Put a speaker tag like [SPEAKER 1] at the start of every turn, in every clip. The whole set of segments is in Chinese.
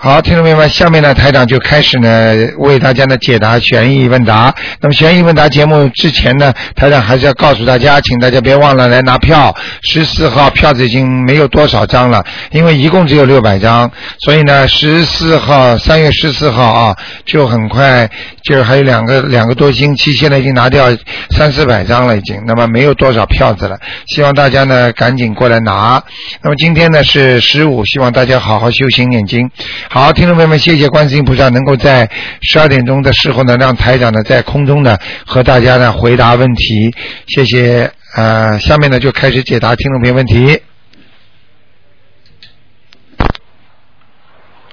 [SPEAKER 1] 好，听众朋友们，下面呢，台长就开始呢为大家呢解答悬疑问答。那么悬疑问答节目之前呢，台长还是要告诉大家，请大家别忘了来拿票。十四号票子已经没有多少张了，因为一共只有六百张，所以呢，十四号三月十四号啊，就很快，就是还有两个两个多星期，现在已经拿掉三四百张了已经，那么没有多少票子了，希望大家呢赶紧过来拿。那么今天呢是十五，希望大家好好修行念经。好，听众朋友们，谢谢观世音菩萨能够在十二点钟的时候呢，让台长呢在空中呢和大家呢回答问题。谢谢，呃，下面呢就开始解答听众朋友问题。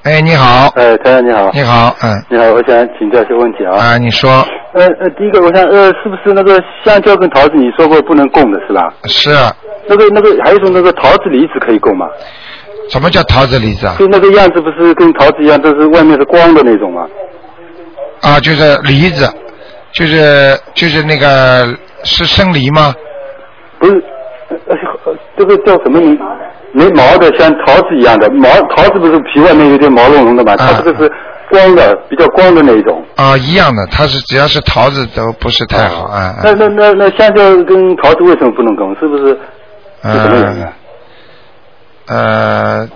[SPEAKER 1] 哎，你好，
[SPEAKER 2] 呃，台长你好，
[SPEAKER 1] 你好，嗯，
[SPEAKER 2] 你好，我想请教一些问题啊。
[SPEAKER 1] 啊，你说
[SPEAKER 2] 呃呃，第一个，我想呃，是不是那个香蕉跟桃子，你说过不能供的是吧？
[SPEAKER 1] 是啊
[SPEAKER 2] 那个那个，还有一种那个桃子梨子可以供嘛？
[SPEAKER 1] 什么叫桃子梨子啊？
[SPEAKER 2] 就那个样子不是跟桃子一样，都是外面是光的那种嘛？
[SPEAKER 1] 啊，就是梨子，就是就是那个是生梨吗？
[SPEAKER 2] 不是，呃呃，这个叫什么名？没毛的，像桃子一样的毛，桃子不是皮外面有点毛茸茸的嘛？它这个是光的，比较光的那一种。
[SPEAKER 1] 啊，一样的，它是只要是桃子都不是太好啊。
[SPEAKER 2] 那那那那香蕉跟桃子为什么不能供？是不是？是什么原因
[SPEAKER 1] 嗯
[SPEAKER 2] 啊？
[SPEAKER 1] 呃，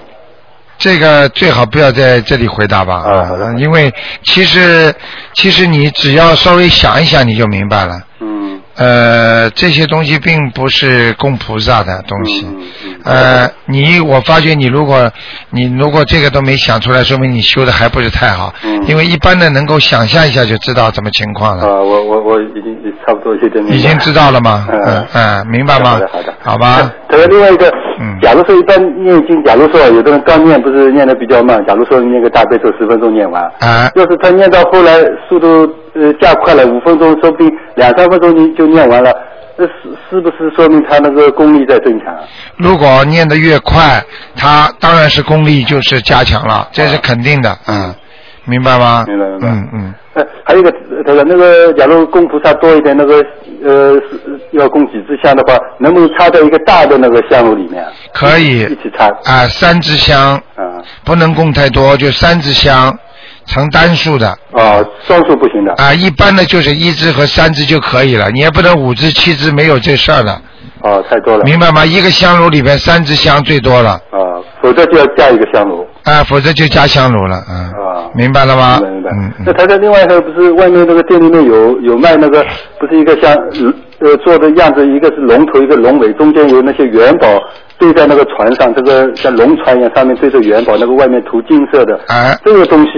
[SPEAKER 1] 这个最好不要在这里回答吧，
[SPEAKER 2] 啊好的好的
[SPEAKER 1] 因为其实其实你只要稍微想一想你就明白了。
[SPEAKER 2] 嗯
[SPEAKER 1] 呃，这些东西并不是供菩萨的东西。
[SPEAKER 2] 嗯嗯
[SPEAKER 1] 呃，你我发觉你如果你如果这个都没想出来，说明你修的还不是太好。
[SPEAKER 2] 嗯
[SPEAKER 1] 因为一般的能够想象一下就知道什么情况了。
[SPEAKER 2] 啊，我我我已经已差不多有点明白
[SPEAKER 1] 已经知道了吗？
[SPEAKER 2] 嗯
[SPEAKER 1] 嗯嗯，明白吗
[SPEAKER 2] 好的好的？
[SPEAKER 1] 好吧。
[SPEAKER 2] 这个另外一个
[SPEAKER 1] 嗯，
[SPEAKER 2] 假如说一般念经，假如说有的人刚念不是念的比较慢，假如说念个大悲咒十分钟念完，
[SPEAKER 1] 啊，
[SPEAKER 2] 要是他念到后来速度呃加快了五分钟，说不定两三分钟你就念完了，这是是不是说明他那个功力在增强？啊
[SPEAKER 1] 如果念得越快，它当然是功力就是加强了，这是肯定的。嗯，明白吗？
[SPEAKER 2] 嗯明白明白
[SPEAKER 1] 嗯嗯，
[SPEAKER 2] 呃，还有一个，呃他说那个，假如供菩萨多一点，那个呃，是要供几支香的话，能不能插在一个大的那个香炉里面？啊
[SPEAKER 1] 可以
[SPEAKER 2] 一起插。
[SPEAKER 1] 啊，三支香
[SPEAKER 2] 嗯，
[SPEAKER 1] 不能供太多，就三支香成单数的
[SPEAKER 2] 哦，双数不行的。
[SPEAKER 1] 啊，一般的就是一支和三支就可以了，你也不能五支七支没有这事儿的，
[SPEAKER 2] 哦，太多了。
[SPEAKER 1] 明白吗？一个香炉里边三支香最多了
[SPEAKER 2] 啊，否则就要加一个香炉。
[SPEAKER 1] 啊，否则就加香炉了，嗯
[SPEAKER 2] 啊，
[SPEAKER 1] 明白了吗？
[SPEAKER 2] 嗯明白明白
[SPEAKER 1] 嗯。嗯
[SPEAKER 2] 那他在另外还有不是外面那个店里面有有卖那个，不是一个像呃做的样子，一个是龙头，一个龙尾，中间有那些元宝堆在那个船上，这个像龙船一样，上面堆着元宝，那个外面涂金色的。
[SPEAKER 1] 哎
[SPEAKER 2] 这个东西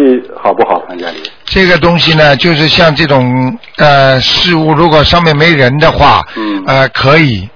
[SPEAKER 2] 好不好？放家里？
[SPEAKER 1] 这个东西呢，就是像这种呃事物，如果上面没人的话，
[SPEAKER 2] 嗯
[SPEAKER 1] 呃，可以，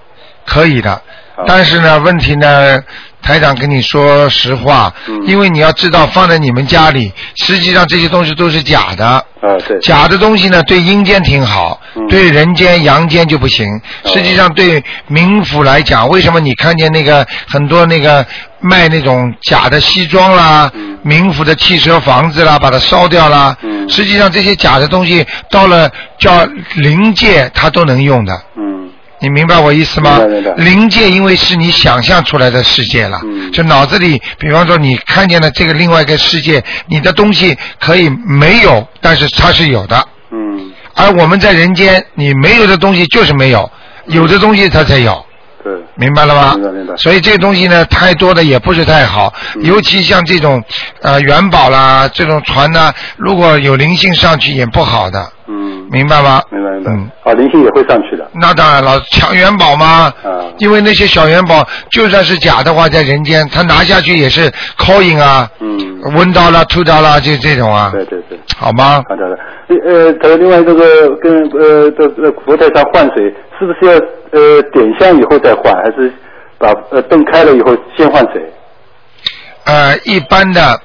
[SPEAKER 1] 可以的
[SPEAKER 2] 好。
[SPEAKER 1] 但是呢，问题呢，台长跟你说实话，
[SPEAKER 2] 嗯
[SPEAKER 1] 因为你要知道，放在你们家里，实际上这些东西都是假的。
[SPEAKER 2] 啊，对。
[SPEAKER 1] 假的东西呢，对阴间挺好，
[SPEAKER 2] 嗯哦
[SPEAKER 1] 对人间、阳间就不行。实际上，对冥府来讲，为什么你看见那个很多那个卖那种假的西装啦
[SPEAKER 2] 嗯、
[SPEAKER 1] 冥府的汽车、房子啦，把它烧掉啦？
[SPEAKER 2] 嗯
[SPEAKER 1] 实际上，这些假的东西到了叫灵界，它都能用的。
[SPEAKER 2] 嗯
[SPEAKER 1] 你明白我意思吗
[SPEAKER 2] 明白明白？
[SPEAKER 1] 灵界因为是你想象出来的世界了，
[SPEAKER 2] 嗯
[SPEAKER 1] 就脑子里，比方说你看见了这个另外一个世界，你的东西可以没有，但是它是有的。
[SPEAKER 2] 嗯，
[SPEAKER 1] 而我们在人间，你没有的东西就是没有，有的东西它才有，
[SPEAKER 2] 对。
[SPEAKER 1] 明白了吗？
[SPEAKER 2] 明白明白
[SPEAKER 1] 所以这个东西呢，太多的也不是太好，
[SPEAKER 2] 嗯
[SPEAKER 1] 尤其像这种呃元宝啦，这种船呐，如果有灵性上去也不好的，
[SPEAKER 2] 嗯，
[SPEAKER 1] 明白吗？
[SPEAKER 2] 明白明
[SPEAKER 1] 嗯
[SPEAKER 2] 白。啊，灵性也会上去的。
[SPEAKER 1] 那当然了，抢元宝嘛，
[SPEAKER 2] 嗯
[SPEAKER 1] 因为那些小元宝就算是假的话，在人间他拿下去也是 coin 啊，
[SPEAKER 2] 嗯。
[SPEAKER 1] 温刀啦、吐刀啦，就这种啊，
[SPEAKER 2] 对对对。
[SPEAKER 1] 好吗？
[SPEAKER 2] 好的，好的呃，他说另外这个跟呃这个佛台上换水，是不是要呃点香以后再换，还是把呃灯开了以后先换水？
[SPEAKER 1] 呃，一般的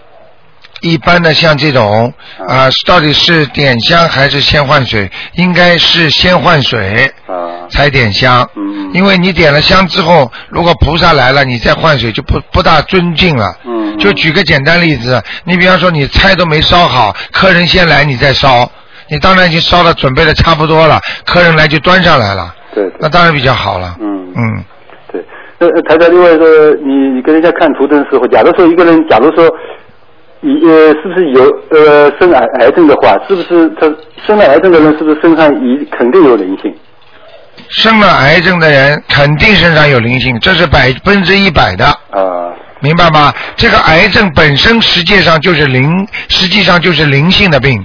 [SPEAKER 1] 一般的像这种啊、到底是点香还是先换水？应该是先换水
[SPEAKER 2] 啊，
[SPEAKER 1] 才点香，
[SPEAKER 2] 嗯
[SPEAKER 1] 因为你点了香之后，如果菩萨来了，你再换水就不不大尊敬了。
[SPEAKER 2] 嗯，
[SPEAKER 1] 就举个简单例子，你比方说你菜都没烧好，客人先来你再烧，你当然已经烧了，准备的差不多了，客人来就端上来了，
[SPEAKER 2] 对对
[SPEAKER 1] 那，当然比较好了。
[SPEAKER 2] 嗯
[SPEAKER 1] 嗯，
[SPEAKER 2] 对，呃，呃台长，另外一个，你你跟人家看图腾的时候，假如说一个人，假如说，一呃，是不是有呃生癌癌症的话，是不是他生了癌症的人，是不是身上一肯定有灵性？
[SPEAKER 1] 生了癌症的人肯定身上有灵性，这是百分之一百的，
[SPEAKER 2] 啊、
[SPEAKER 1] 明白吗？这个癌症本身实际上就是灵，实际上就是灵性的病，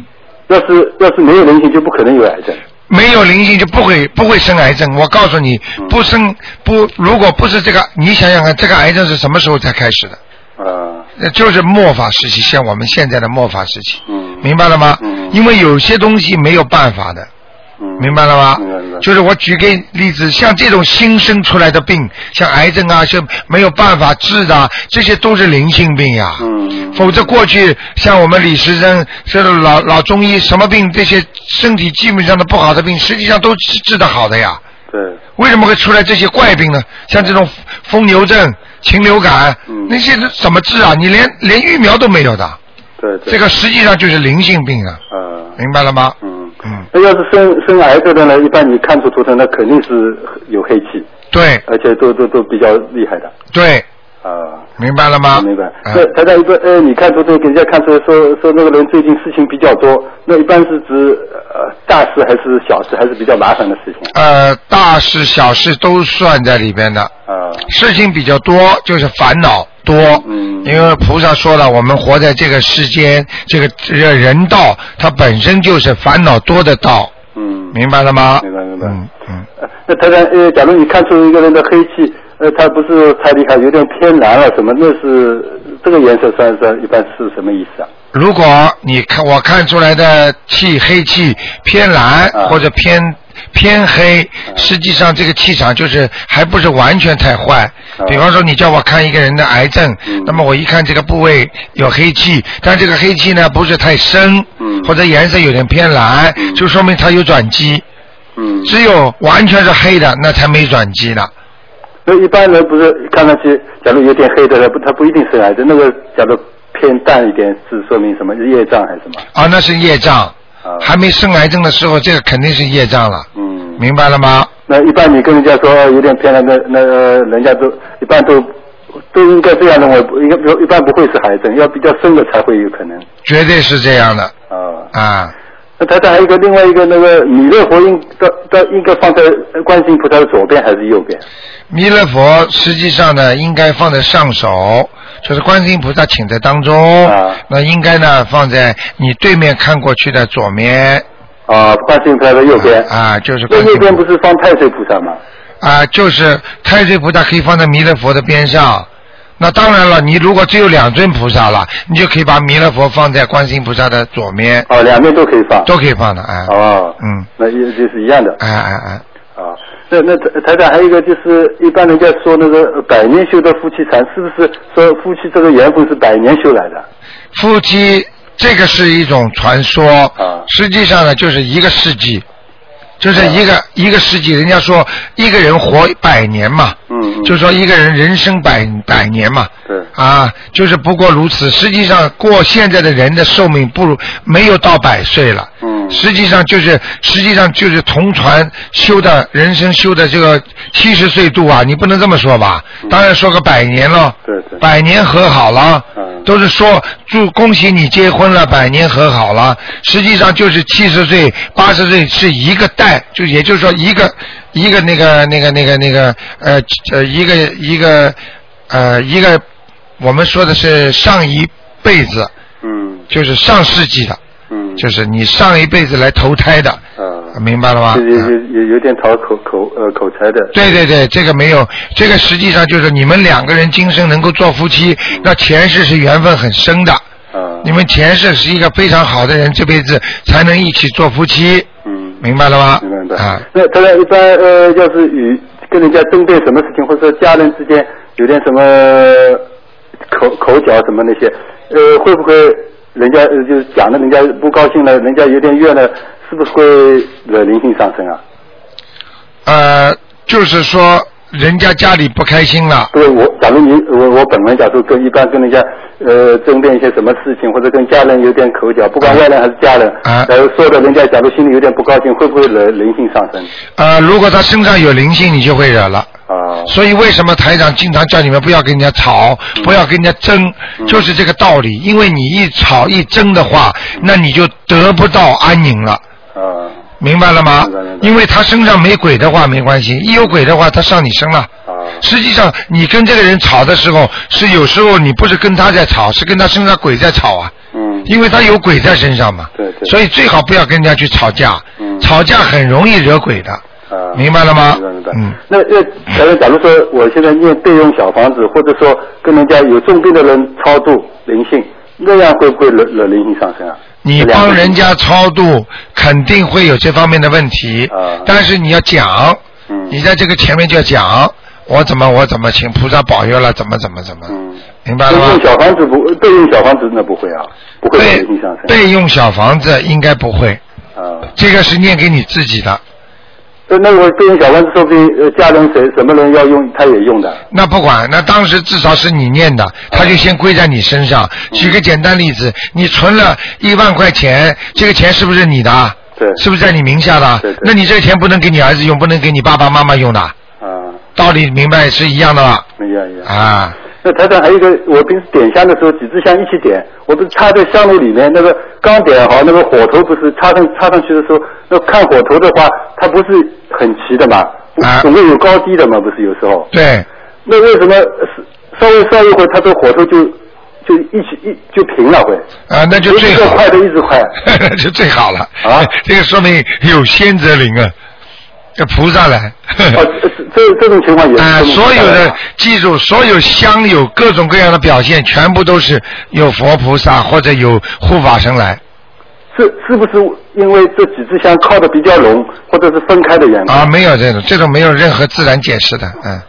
[SPEAKER 2] 要是要是没有灵性，就不可能有癌症。
[SPEAKER 1] 没有灵性就不会不会生癌症。我告诉你
[SPEAKER 2] 嗯，
[SPEAKER 1] 不生不如果不是这个，你想想看，这个癌症是什么时候才开始的？
[SPEAKER 2] 啊、
[SPEAKER 1] 那就是末法时期，像我们现在的末法时期，
[SPEAKER 2] 嗯，
[SPEAKER 1] 明白了吗？
[SPEAKER 2] 嗯
[SPEAKER 1] 因为有些东西没有办法的，
[SPEAKER 2] 嗯
[SPEAKER 1] 明白了吗？
[SPEAKER 2] 明白明白
[SPEAKER 1] 就是我举个例子，像这种新生出来的病，像癌症啊，像没有办法治的啊，这些都是灵性病呀、
[SPEAKER 2] 嗯，
[SPEAKER 1] 否则过去像我们李时珍这种老老中医，什么病这些身体基本上的不好的病，实际上都治治得好的呀。
[SPEAKER 2] 对，
[SPEAKER 1] 为什么会出来这些怪病呢？像这种疯牛症、禽流感
[SPEAKER 2] 嗯，
[SPEAKER 1] 那些怎么治啊？你连连疫苗都没有的，
[SPEAKER 2] 对对，
[SPEAKER 1] 这个实际上就是灵性病啊，
[SPEAKER 2] 啊、
[SPEAKER 1] 明白了吗？
[SPEAKER 2] 嗯，
[SPEAKER 1] 嗯，
[SPEAKER 2] 那要是生生癌症的呢，一般你看出图腾，那肯定是有黑气，
[SPEAKER 1] 对
[SPEAKER 2] 而且都都都比较厉害的
[SPEAKER 1] 对，
[SPEAKER 2] 啊。
[SPEAKER 1] 明白了吗？
[SPEAKER 2] 明白。
[SPEAKER 1] 嗯
[SPEAKER 2] 那台长一般呃，你看图腾给人家看出来说说那个人最近事情比较多，那一般是指呃大事还是小事，还是比较麻烦的事情啊
[SPEAKER 1] 呃，大事小事都算在里边的，
[SPEAKER 2] 啊？
[SPEAKER 1] 事情比较多，就是烦恼多。
[SPEAKER 2] 嗯
[SPEAKER 1] 因为菩萨说了，我们活在这个世间，这个这个人道，它本身就是烦恼多的道，
[SPEAKER 2] 嗯，
[SPEAKER 1] 明白了吗？
[SPEAKER 2] 明白明白
[SPEAKER 1] 嗯嗯，
[SPEAKER 2] 呃那台长呃，假如你看出一个人的黑气，呃，他不是太厉害，有点偏蓝啊了什么，那是这个颜色算算一般是什么意思啊？
[SPEAKER 1] 如果你看我看出来的气黑气偏蓝
[SPEAKER 2] 啊
[SPEAKER 1] 或者偏偏黑，实际上这个气场就是还不是完全太坏
[SPEAKER 2] 啊。
[SPEAKER 1] 比方说你叫我看一个人的癌症
[SPEAKER 2] 嗯，
[SPEAKER 1] 那么我一看这个部位有黑气，但这个黑气呢不是太深
[SPEAKER 2] 嗯，
[SPEAKER 1] 或者颜色有点偏蓝
[SPEAKER 2] 嗯，
[SPEAKER 1] 就说明它有转机。
[SPEAKER 2] 嗯，
[SPEAKER 1] 只有完全是黑的，那才没转机呢。
[SPEAKER 2] 那一般人不是看上去，假如有点黑的人，不他不一定生癌症，那个假如偏淡一点，是说明什么业障还是什么？
[SPEAKER 1] 啊，那是业障。
[SPEAKER 2] 啊，
[SPEAKER 1] 还没生癌症的时候，这个肯定是业障了，
[SPEAKER 2] 嗯，
[SPEAKER 1] 明白了吗？
[SPEAKER 2] 那一般你跟人家说有点偏了，那那呃人家都一般都都应该这样认为，不应该不一般不会是癌症，要比较深的才会有可能
[SPEAKER 1] 绝对是这样的
[SPEAKER 2] 啊。
[SPEAKER 1] 啊。
[SPEAKER 2] 那他这还有一个另外一个那个弥勒佛应到到应该放在观世音菩萨的左边还是右边？
[SPEAKER 1] 弥勒佛实际上呢，应该放在上手，就是观世音菩萨请在当中。
[SPEAKER 2] 啊
[SPEAKER 1] 那应该呢放在你对面看过去的左面。
[SPEAKER 2] 啊，观世音菩萨的右边。
[SPEAKER 1] 啊，就是
[SPEAKER 2] 那
[SPEAKER 1] 观世
[SPEAKER 2] 右
[SPEAKER 1] 音菩
[SPEAKER 2] 边
[SPEAKER 1] 萨
[SPEAKER 2] 不是放太岁菩萨吗？
[SPEAKER 1] 啊，就是太岁菩萨可以放在弥勒佛的边上。那当然了，你如果只有两尊菩萨了，你就可以把弥勒佛放在观世音菩萨的左面，
[SPEAKER 2] 哦，两边都可以放。
[SPEAKER 1] 都可以放的。哎，
[SPEAKER 2] 哦，
[SPEAKER 1] 嗯，
[SPEAKER 2] 那也就是一样的。
[SPEAKER 1] 哎哎哎，
[SPEAKER 2] 啊，那那台台长还有一个就是，一般人家说那个呃百年修的夫妻禅，是不是说夫妻这个缘分是百年修来的？
[SPEAKER 1] 夫妻这个是一种传说，
[SPEAKER 2] 啊
[SPEAKER 1] 实际上呢就是一个世纪，就是一
[SPEAKER 2] 啊
[SPEAKER 1] 个、一个世纪。人家说一个人活百年嘛，
[SPEAKER 2] 嗯，嗯
[SPEAKER 1] 就说一个人人生百百年嘛，
[SPEAKER 2] 对
[SPEAKER 1] 啊，就是不过如此。实际上过现在的人的寿命不如没有到百岁了，
[SPEAKER 2] 嗯
[SPEAKER 1] 实际上就是实际上就是同船修的人生修的这个七十岁度啊，你不能这么说吧？当然说个百年咯，
[SPEAKER 2] 嗯对对
[SPEAKER 1] 百年和好了，
[SPEAKER 2] 嗯
[SPEAKER 1] 都是说祝恭喜你结婚了，百年和好了。实际上就是七十岁、八十岁是一个代，就也就是说一个一个那个那个那个那个呃呃一个一个呃一个，我们说的是上一辈子，
[SPEAKER 2] 嗯
[SPEAKER 1] 就是上世纪的，
[SPEAKER 2] 嗯，
[SPEAKER 1] 就是是你上一辈子来投胎的，
[SPEAKER 2] 啊，
[SPEAKER 1] 明白了吗？
[SPEAKER 2] 这有
[SPEAKER 1] 嗯
[SPEAKER 2] 有有有点讨口口呃口才的。
[SPEAKER 1] 对对对，这个没有，这个实际上就是你们两个人今生能够做夫妻，那前世是缘分很深的，
[SPEAKER 2] 啊，
[SPEAKER 1] 你们前世是一个非常好的人，这辈子才能一起做夫妻，
[SPEAKER 2] 嗯，
[SPEAKER 1] 明白了吗？
[SPEAKER 2] 明白明白。
[SPEAKER 1] 啊，
[SPEAKER 2] 那台长一般呃，要是与跟人家针对什么事情，或者说家人之间有点什么口口角什么那些，呃，会不会人家呃就是讲的人家不高兴了，人家有点怨了，是不是会惹灵性上升啊？
[SPEAKER 1] 呃，就是说人家家里不开心了，
[SPEAKER 2] 对我，假如你我我本人，假如跟一般跟人家呃争辩一些什么事情，或者跟家人有点口角，不管外人还是家人，
[SPEAKER 1] 啊
[SPEAKER 2] 然后说的人家假如心里有点不高兴，会不会惹灵性上升
[SPEAKER 1] 呃，如果他身上有灵性，你就会惹了。
[SPEAKER 2] 啊？
[SPEAKER 1] 所以为什么台长经常叫你们不要跟人家吵，不要跟人家争，
[SPEAKER 2] 嗯
[SPEAKER 1] 就是这个道理。因为你一吵一争的话，那你就得不到安宁了，
[SPEAKER 2] 啊
[SPEAKER 1] 明白了吗
[SPEAKER 2] 明白明？白
[SPEAKER 1] 因为他身上没鬼的话没关系，一有鬼的话他上你身了。
[SPEAKER 2] 啊
[SPEAKER 1] 实际上，你跟这个人吵的时候，是有时候你不是跟他在吵，是跟他身上鬼在吵啊，
[SPEAKER 2] 嗯
[SPEAKER 1] 因为他有鬼在身上嘛。
[SPEAKER 2] 对对
[SPEAKER 1] 所以最好不要跟人家去吵架，
[SPEAKER 2] 嗯
[SPEAKER 1] 吵架很容易惹鬼的。
[SPEAKER 2] 啊，
[SPEAKER 1] 明白了吗
[SPEAKER 2] 明白明白。
[SPEAKER 1] 嗯
[SPEAKER 2] 那 那假如假如说我现在念备用小房子，或者说跟人家有重病的人超度灵性，那样会不会惹惹灵性上升啊？
[SPEAKER 1] 你
[SPEAKER 2] 这两个
[SPEAKER 1] 帮人家超度，肯定会有这方面的问题
[SPEAKER 2] 啊，
[SPEAKER 1] 但是你要讲，
[SPEAKER 2] 嗯
[SPEAKER 1] 你在这个前面就要讲，我怎么我怎么，请菩萨保佑了，怎么怎么怎么，
[SPEAKER 2] 嗯，
[SPEAKER 1] 明白
[SPEAKER 2] 备
[SPEAKER 1] 了吗
[SPEAKER 2] 用？小房子不备用小房子那不会啊，不会惹
[SPEAKER 1] 备
[SPEAKER 2] 灵性上升。
[SPEAKER 1] 备用小房子应该不会，
[SPEAKER 2] 啊。
[SPEAKER 1] 这个是念给你自己的，
[SPEAKER 2] 呃那那我备用小房子，说不定呃家人谁什么人要用，他也用的。
[SPEAKER 1] 那不管，那当时至少是你念的，他就先归在你身上。举个简单例子，你存了一万块钱，这个钱是不是你的？
[SPEAKER 2] 对
[SPEAKER 1] 是不是在你名下的
[SPEAKER 2] 对对？
[SPEAKER 1] 那你这个钱不能给你儿子用，不能给你爸爸妈妈用的，
[SPEAKER 2] 啊，
[SPEAKER 1] 道理明白是一样的吧？
[SPEAKER 2] 一样一样。
[SPEAKER 1] 啊，
[SPEAKER 2] 哎那台长还有一个，我平时点香的时候，几支香一起点，我不是插在香炉里面，那个刚点好，那个火头不是插上插上去的时候，那看火头的话，它不是很齐的嘛
[SPEAKER 1] 啊，
[SPEAKER 2] 总会有高低的嘛，不是有时候。
[SPEAKER 1] 对，
[SPEAKER 2] 那为什么稍微烧一会儿，它这火头就就一起一就平了会？
[SPEAKER 1] 啊，那就
[SPEAKER 2] 一
[SPEAKER 1] 最
[SPEAKER 2] 直
[SPEAKER 1] 好，
[SPEAKER 2] 快的一直快。
[SPEAKER 1] 就最好了。
[SPEAKER 2] 啊
[SPEAKER 1] 这个说明有仙则灵啊，这菩萨来。
[SPEAKER 2] 哦，这这这种情况也是
[SPEAKER 1] 啊、
[SPEAKER 2] 这么
[SPEAKER 1] 所有
[SPEAKER 2] 来
[SPEAKER 1] 的记住，所有香有各种各样的表现，全部都是有佛菩萨或者有护法神来
[SPEAKER 2] 是是不是因为这几支香靠的比较拢，或者是分开的缘故？
[SPEAKER 1] 啊，没有这种，这种没有任何自然解释的，嗯，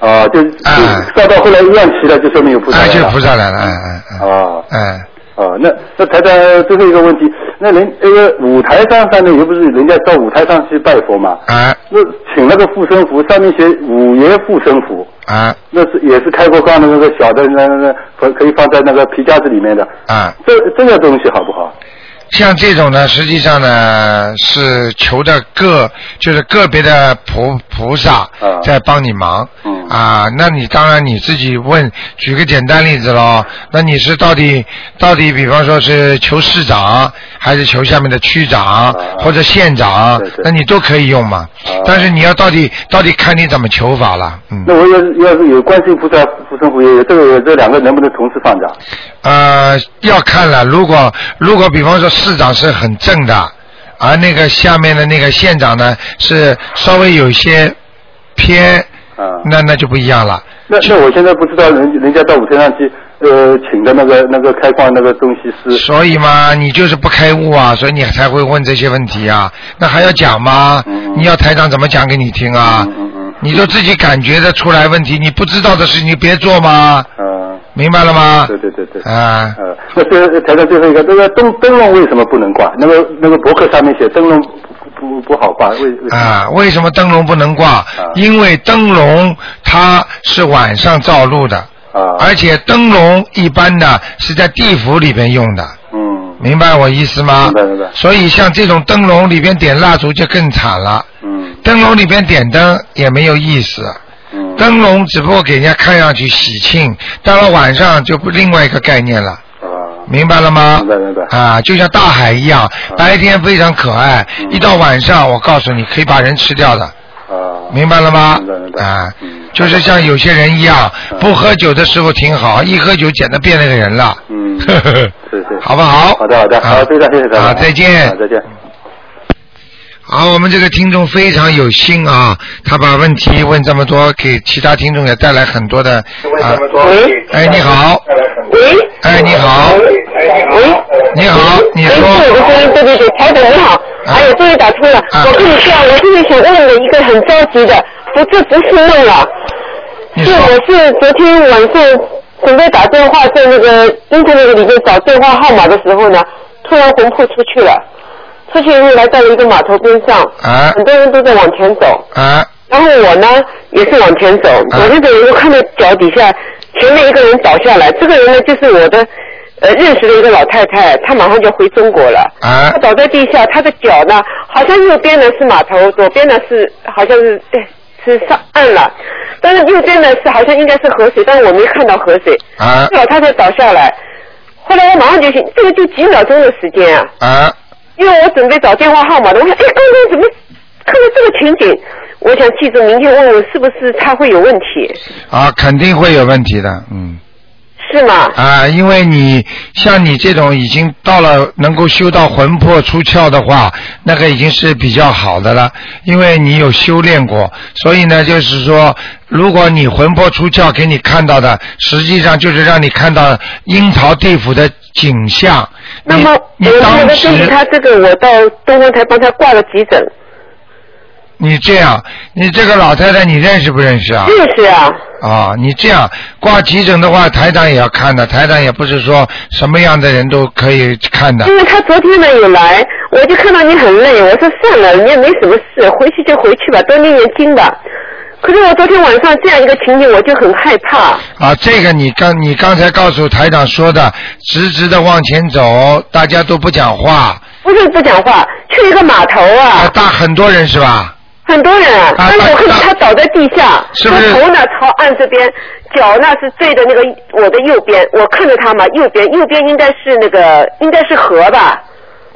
[SPEAKER 2] 嗯啊，就就
[SPEAKER 1] 啊
[SPEAKER 2] 烧到后来乱齐了，就说明有菩萨
[SPEAKER 1] 哎，
[SPEAKER 2] 来
[SPEAKER 1] 就
[SPEAKER 2] 了。
[SPEAKER 1] 菩萨来了，嗯嗯
[SPEAKER 2] 啊
[SPEAKER 1] 嗯，嗯，
[SPEAKER 2] 啊，那那台长最后一个问题，那人那个舞台上上面又不是人家到舞台上去拜佛嘛？
[SPEAKER 1] 啊
[SPEAKER 2] 那请那个护身符，上面写五爷护身符，
[SPEAKER 1] 啊
[SPEAKER 2] 那是也是开过光的那个小的那那那可以放在那个皮夹子里面的，
[SPEAKER 1] 啊，
[SPEAKER 2] 这这个东西好不好？
[SPEAKER 1] 像这种呢，实际上呢是求的个就是个别的菩菩萨
[SPEAKER 2] 啊
[SPEAKER 1] 在帮你忙。
[SPEAKER 2] 嗯
[SPEAKER 1] 啊，那你当然你自己问，举个简单例子喽，那你是到底到底，比方说是求市长，还是求下面的区长、或者县长
[SPEAKER 2] 啊对对
[SPEAKER 1] 那你都可以用嘛。
[SPEAKER 2] 啊
[SPEAKER 1] 但是你要到底到底看你怎么求法了，嗯。
[SPEAKER 2] 那我要是要是有观世音菩萨护身符，也有这个这两个能不能同时放着？
[SPEAKER 1] 呃，要看了。如果如果比方说市长是很正的，而那个下面的那个县长呢是稍微有一些偏，
[SPEAKER 2] 啊，
[SPEAKER 1] 那那就不一样了。
[SPEAKER 2] 那那我现在不知道人人家到舞台上去呃请的那个那个开光那个东西是
[SPEAKER 1] 所以嘛，你就是不开悟啊，所以你才会问这些问题啊。那还要讲吗
[SPEAKER 2] 嗯？
[SPEAKER 1] 你要台长怎么讲给你听啊
[SPEAKER 2] 嗯嗯嗯？
[SPEAKER 1] 你都自己感觉得出来问题，你不知道的事情你别做嘛，
[SPEAKER 2] 呃
[SPEAKER 1] 明白了吗
[SPEAKER 2] 对？对对对。
[SPEAKER 1] 啊，
[SPEAKER 2] 呃，那这台上最后一个，那个灯灯笼为什么不能挂？那个那个博客上面写灯笼不不不好挂，为为什么？
[SPEAKER 1] 啊，为什么灯笼不能
[SPEAKER 2] 啊
[SPEAKER 1] 挂？因为灯笼它是晚上照路的，
[SPEAKER 2] 啊
[SPEAKER 1] 而且灯笼一般的是在地府里边用的，
[SPEAKER 2] 嗯
[SPEAKER 1] 明白我意思吗
[SPEAKER 2] 明白明白？
[SPEAKER 1] 所以像这种灯笼里边点蜡烛就更惨了，
[SPEAKER 2] 嗯
[SPEAKER 1] 灯笼里边点灯也没有意思。
[SPEAKER 2] 嗯
[SPEAKER 1] 灯笼只不过给人家看上去喜庆，到了晚上就不另外一个概念了。
[SPEAKER 2] 啊
[SPEAKER 1] 明白了吗？
[SPEAKER 2] 明白明白啊
[SPEAKER 1] 啊，就像大海一样，白天非常可爱，一到晚上，我告诉你，可以把人吃掉的。
[SPEAKER 2] 嗯啊
[SPEAKER 1] 明白了吗
[SPEAKER 2] 明白明？白
[SPEAKER 1] 啊
[SPEAKER 2] 嗯，
[SPEAKER 1] 就是像有些人一样，不喝酒的时候挺好，一喝酒简直变了个人了。
[SPEAKER 2] 嗯是是
[SPEAKER 1] 好不好？
[SPEAKER 2] 好的好的
[SPEAKER 1] 啊
[SPEAKER 2] 好非常谢谢台长
[SPEAKER 1] 啊，再见
[SPEAKER 2] 啊。再见。
[SPEAKER 1] 好，我们这个听众非常有心啊，他把问题问这么多，给其他听众也带来很多的啊。
[SPEAKER 3] 喂，
[SPEAKER 1] 哎，你好，
[SPEAKER 3] 喂，
[SPEAKER 1] 哎，你好，
[SPEAKER 3] 喂，
[SPEAKER 1] 你好，你
[SPEAKER 3] 哎，是我
[SPEAKER 1] 说
[SPEAKER 3] 的声音，对对对，台长你好，哎呀，终于打通了，
[SPEAKER 1] 啊
[SPEAKER 3] 我跟你说，我现在想问你一个啊很着急的，不，这不是梦了，
[SPEAKER 1] 你
[SPEAKER 3] 是
[SPEAKER 1] 说
[SPEAKER 3] 我是昨天晚上准备打电话在那个 internet 里面找电话号码的时候呢，突然魂魄出去了，出去以后来到了一个码头边上，
[SPEAKER 1] 啊
[SPEAKER 3] 很多人都在往前走，
[SPEAKER 1] 啊
[SPEAKER 3] 然后我呢也是往前走，
[SPEAKER 1] 啊
[SPEAKER 3] 往前走，我就看到脚底下前面一个人倒下来，这个人呢就是我的呃认识的一个老太太，她马上就回中国了。
[SPEAKER 1] 啊
[SPEAKER 3] 她倒在地下，她的脚呢好像右边呢是码头，左边呢是好像是对是上岸了，但是右边呢是好像应该是河水，但是我没看到河水。
[SPEAKER 1] 啊
[SPEAKER 3] 这老太太倒下来，后来我马上就醒，这个就几秒钟的时间啊。
[SPEAKER 1] 啊
[SPEAKER 3] 因为我准备找电话号码的，我想，哎，刚刚怎么看到这个情景？我想记住明天问问是不是他会有问题，
[SPEAKER 1] 啊，肯定会有问题的，嗯。
[SPEAKER 3] 是吗？
[SPEAKER 1] 啊，因为你像你这种已经到了能够修到魂魄出窍的话，那个已经是比较好的了，因为你有修炼过，所以呢，就是说，如果你魂魄出窍给你看到的，实际上就是让你看到阴曹地府的景象。
[SPEAKER 3] 那么
[SPEAKER 1] 你
[SPEAKER 3] 我
[SPEAKER 1] 你
[SPEAKER 3] 那
[SPEAKER 1] 当
[SPEAKER 3] 个
[SPEAKER 1] 时
[SPEAKER 3] 根据他这个，我到东方台帮他挂了急诊，
[SPEAKER 1] 你这样，你这个老太太你认识不认识啊？
[SPEAKER 3] 就是啊，
[SPEAKER 1] 啊，你这样挂急诊的话，台长也要看的，台长也不是说什么样的人都可以看的。
[SPEAKER 3] 因为他昨天呢有来，我就看到你很累，我说算了，你也没什么事，回去就回去吧，多念念经吧。可是我昨天晚上这样一个情景，我就很害怕。
[SPEAKER 1] 啊，这个你刚你刚才告诉台长说的，直直的往前走，大家都不讲话，
[SPEAKER 3] 不是不讲话，去一个码头
[SPEAKER 1] 啊，
[SPEAKER 3] 啊，
[SPEAKER 1] 大很多人是吧？
[SPEAKER 3] 很多人啊，
[SPEAKER 1] 啊
[SPEAKER 3] 但是我看到他倒在地下，
[SPEAKER 1] 是
[SPEAKER 3] 他
[SPEAKER 1] 不是
[SPEAKER 3] 头呢朝岸这边，脚呢是对着那个我的右边，我看着他嘛，右边，右边应该是那个应该是河吧，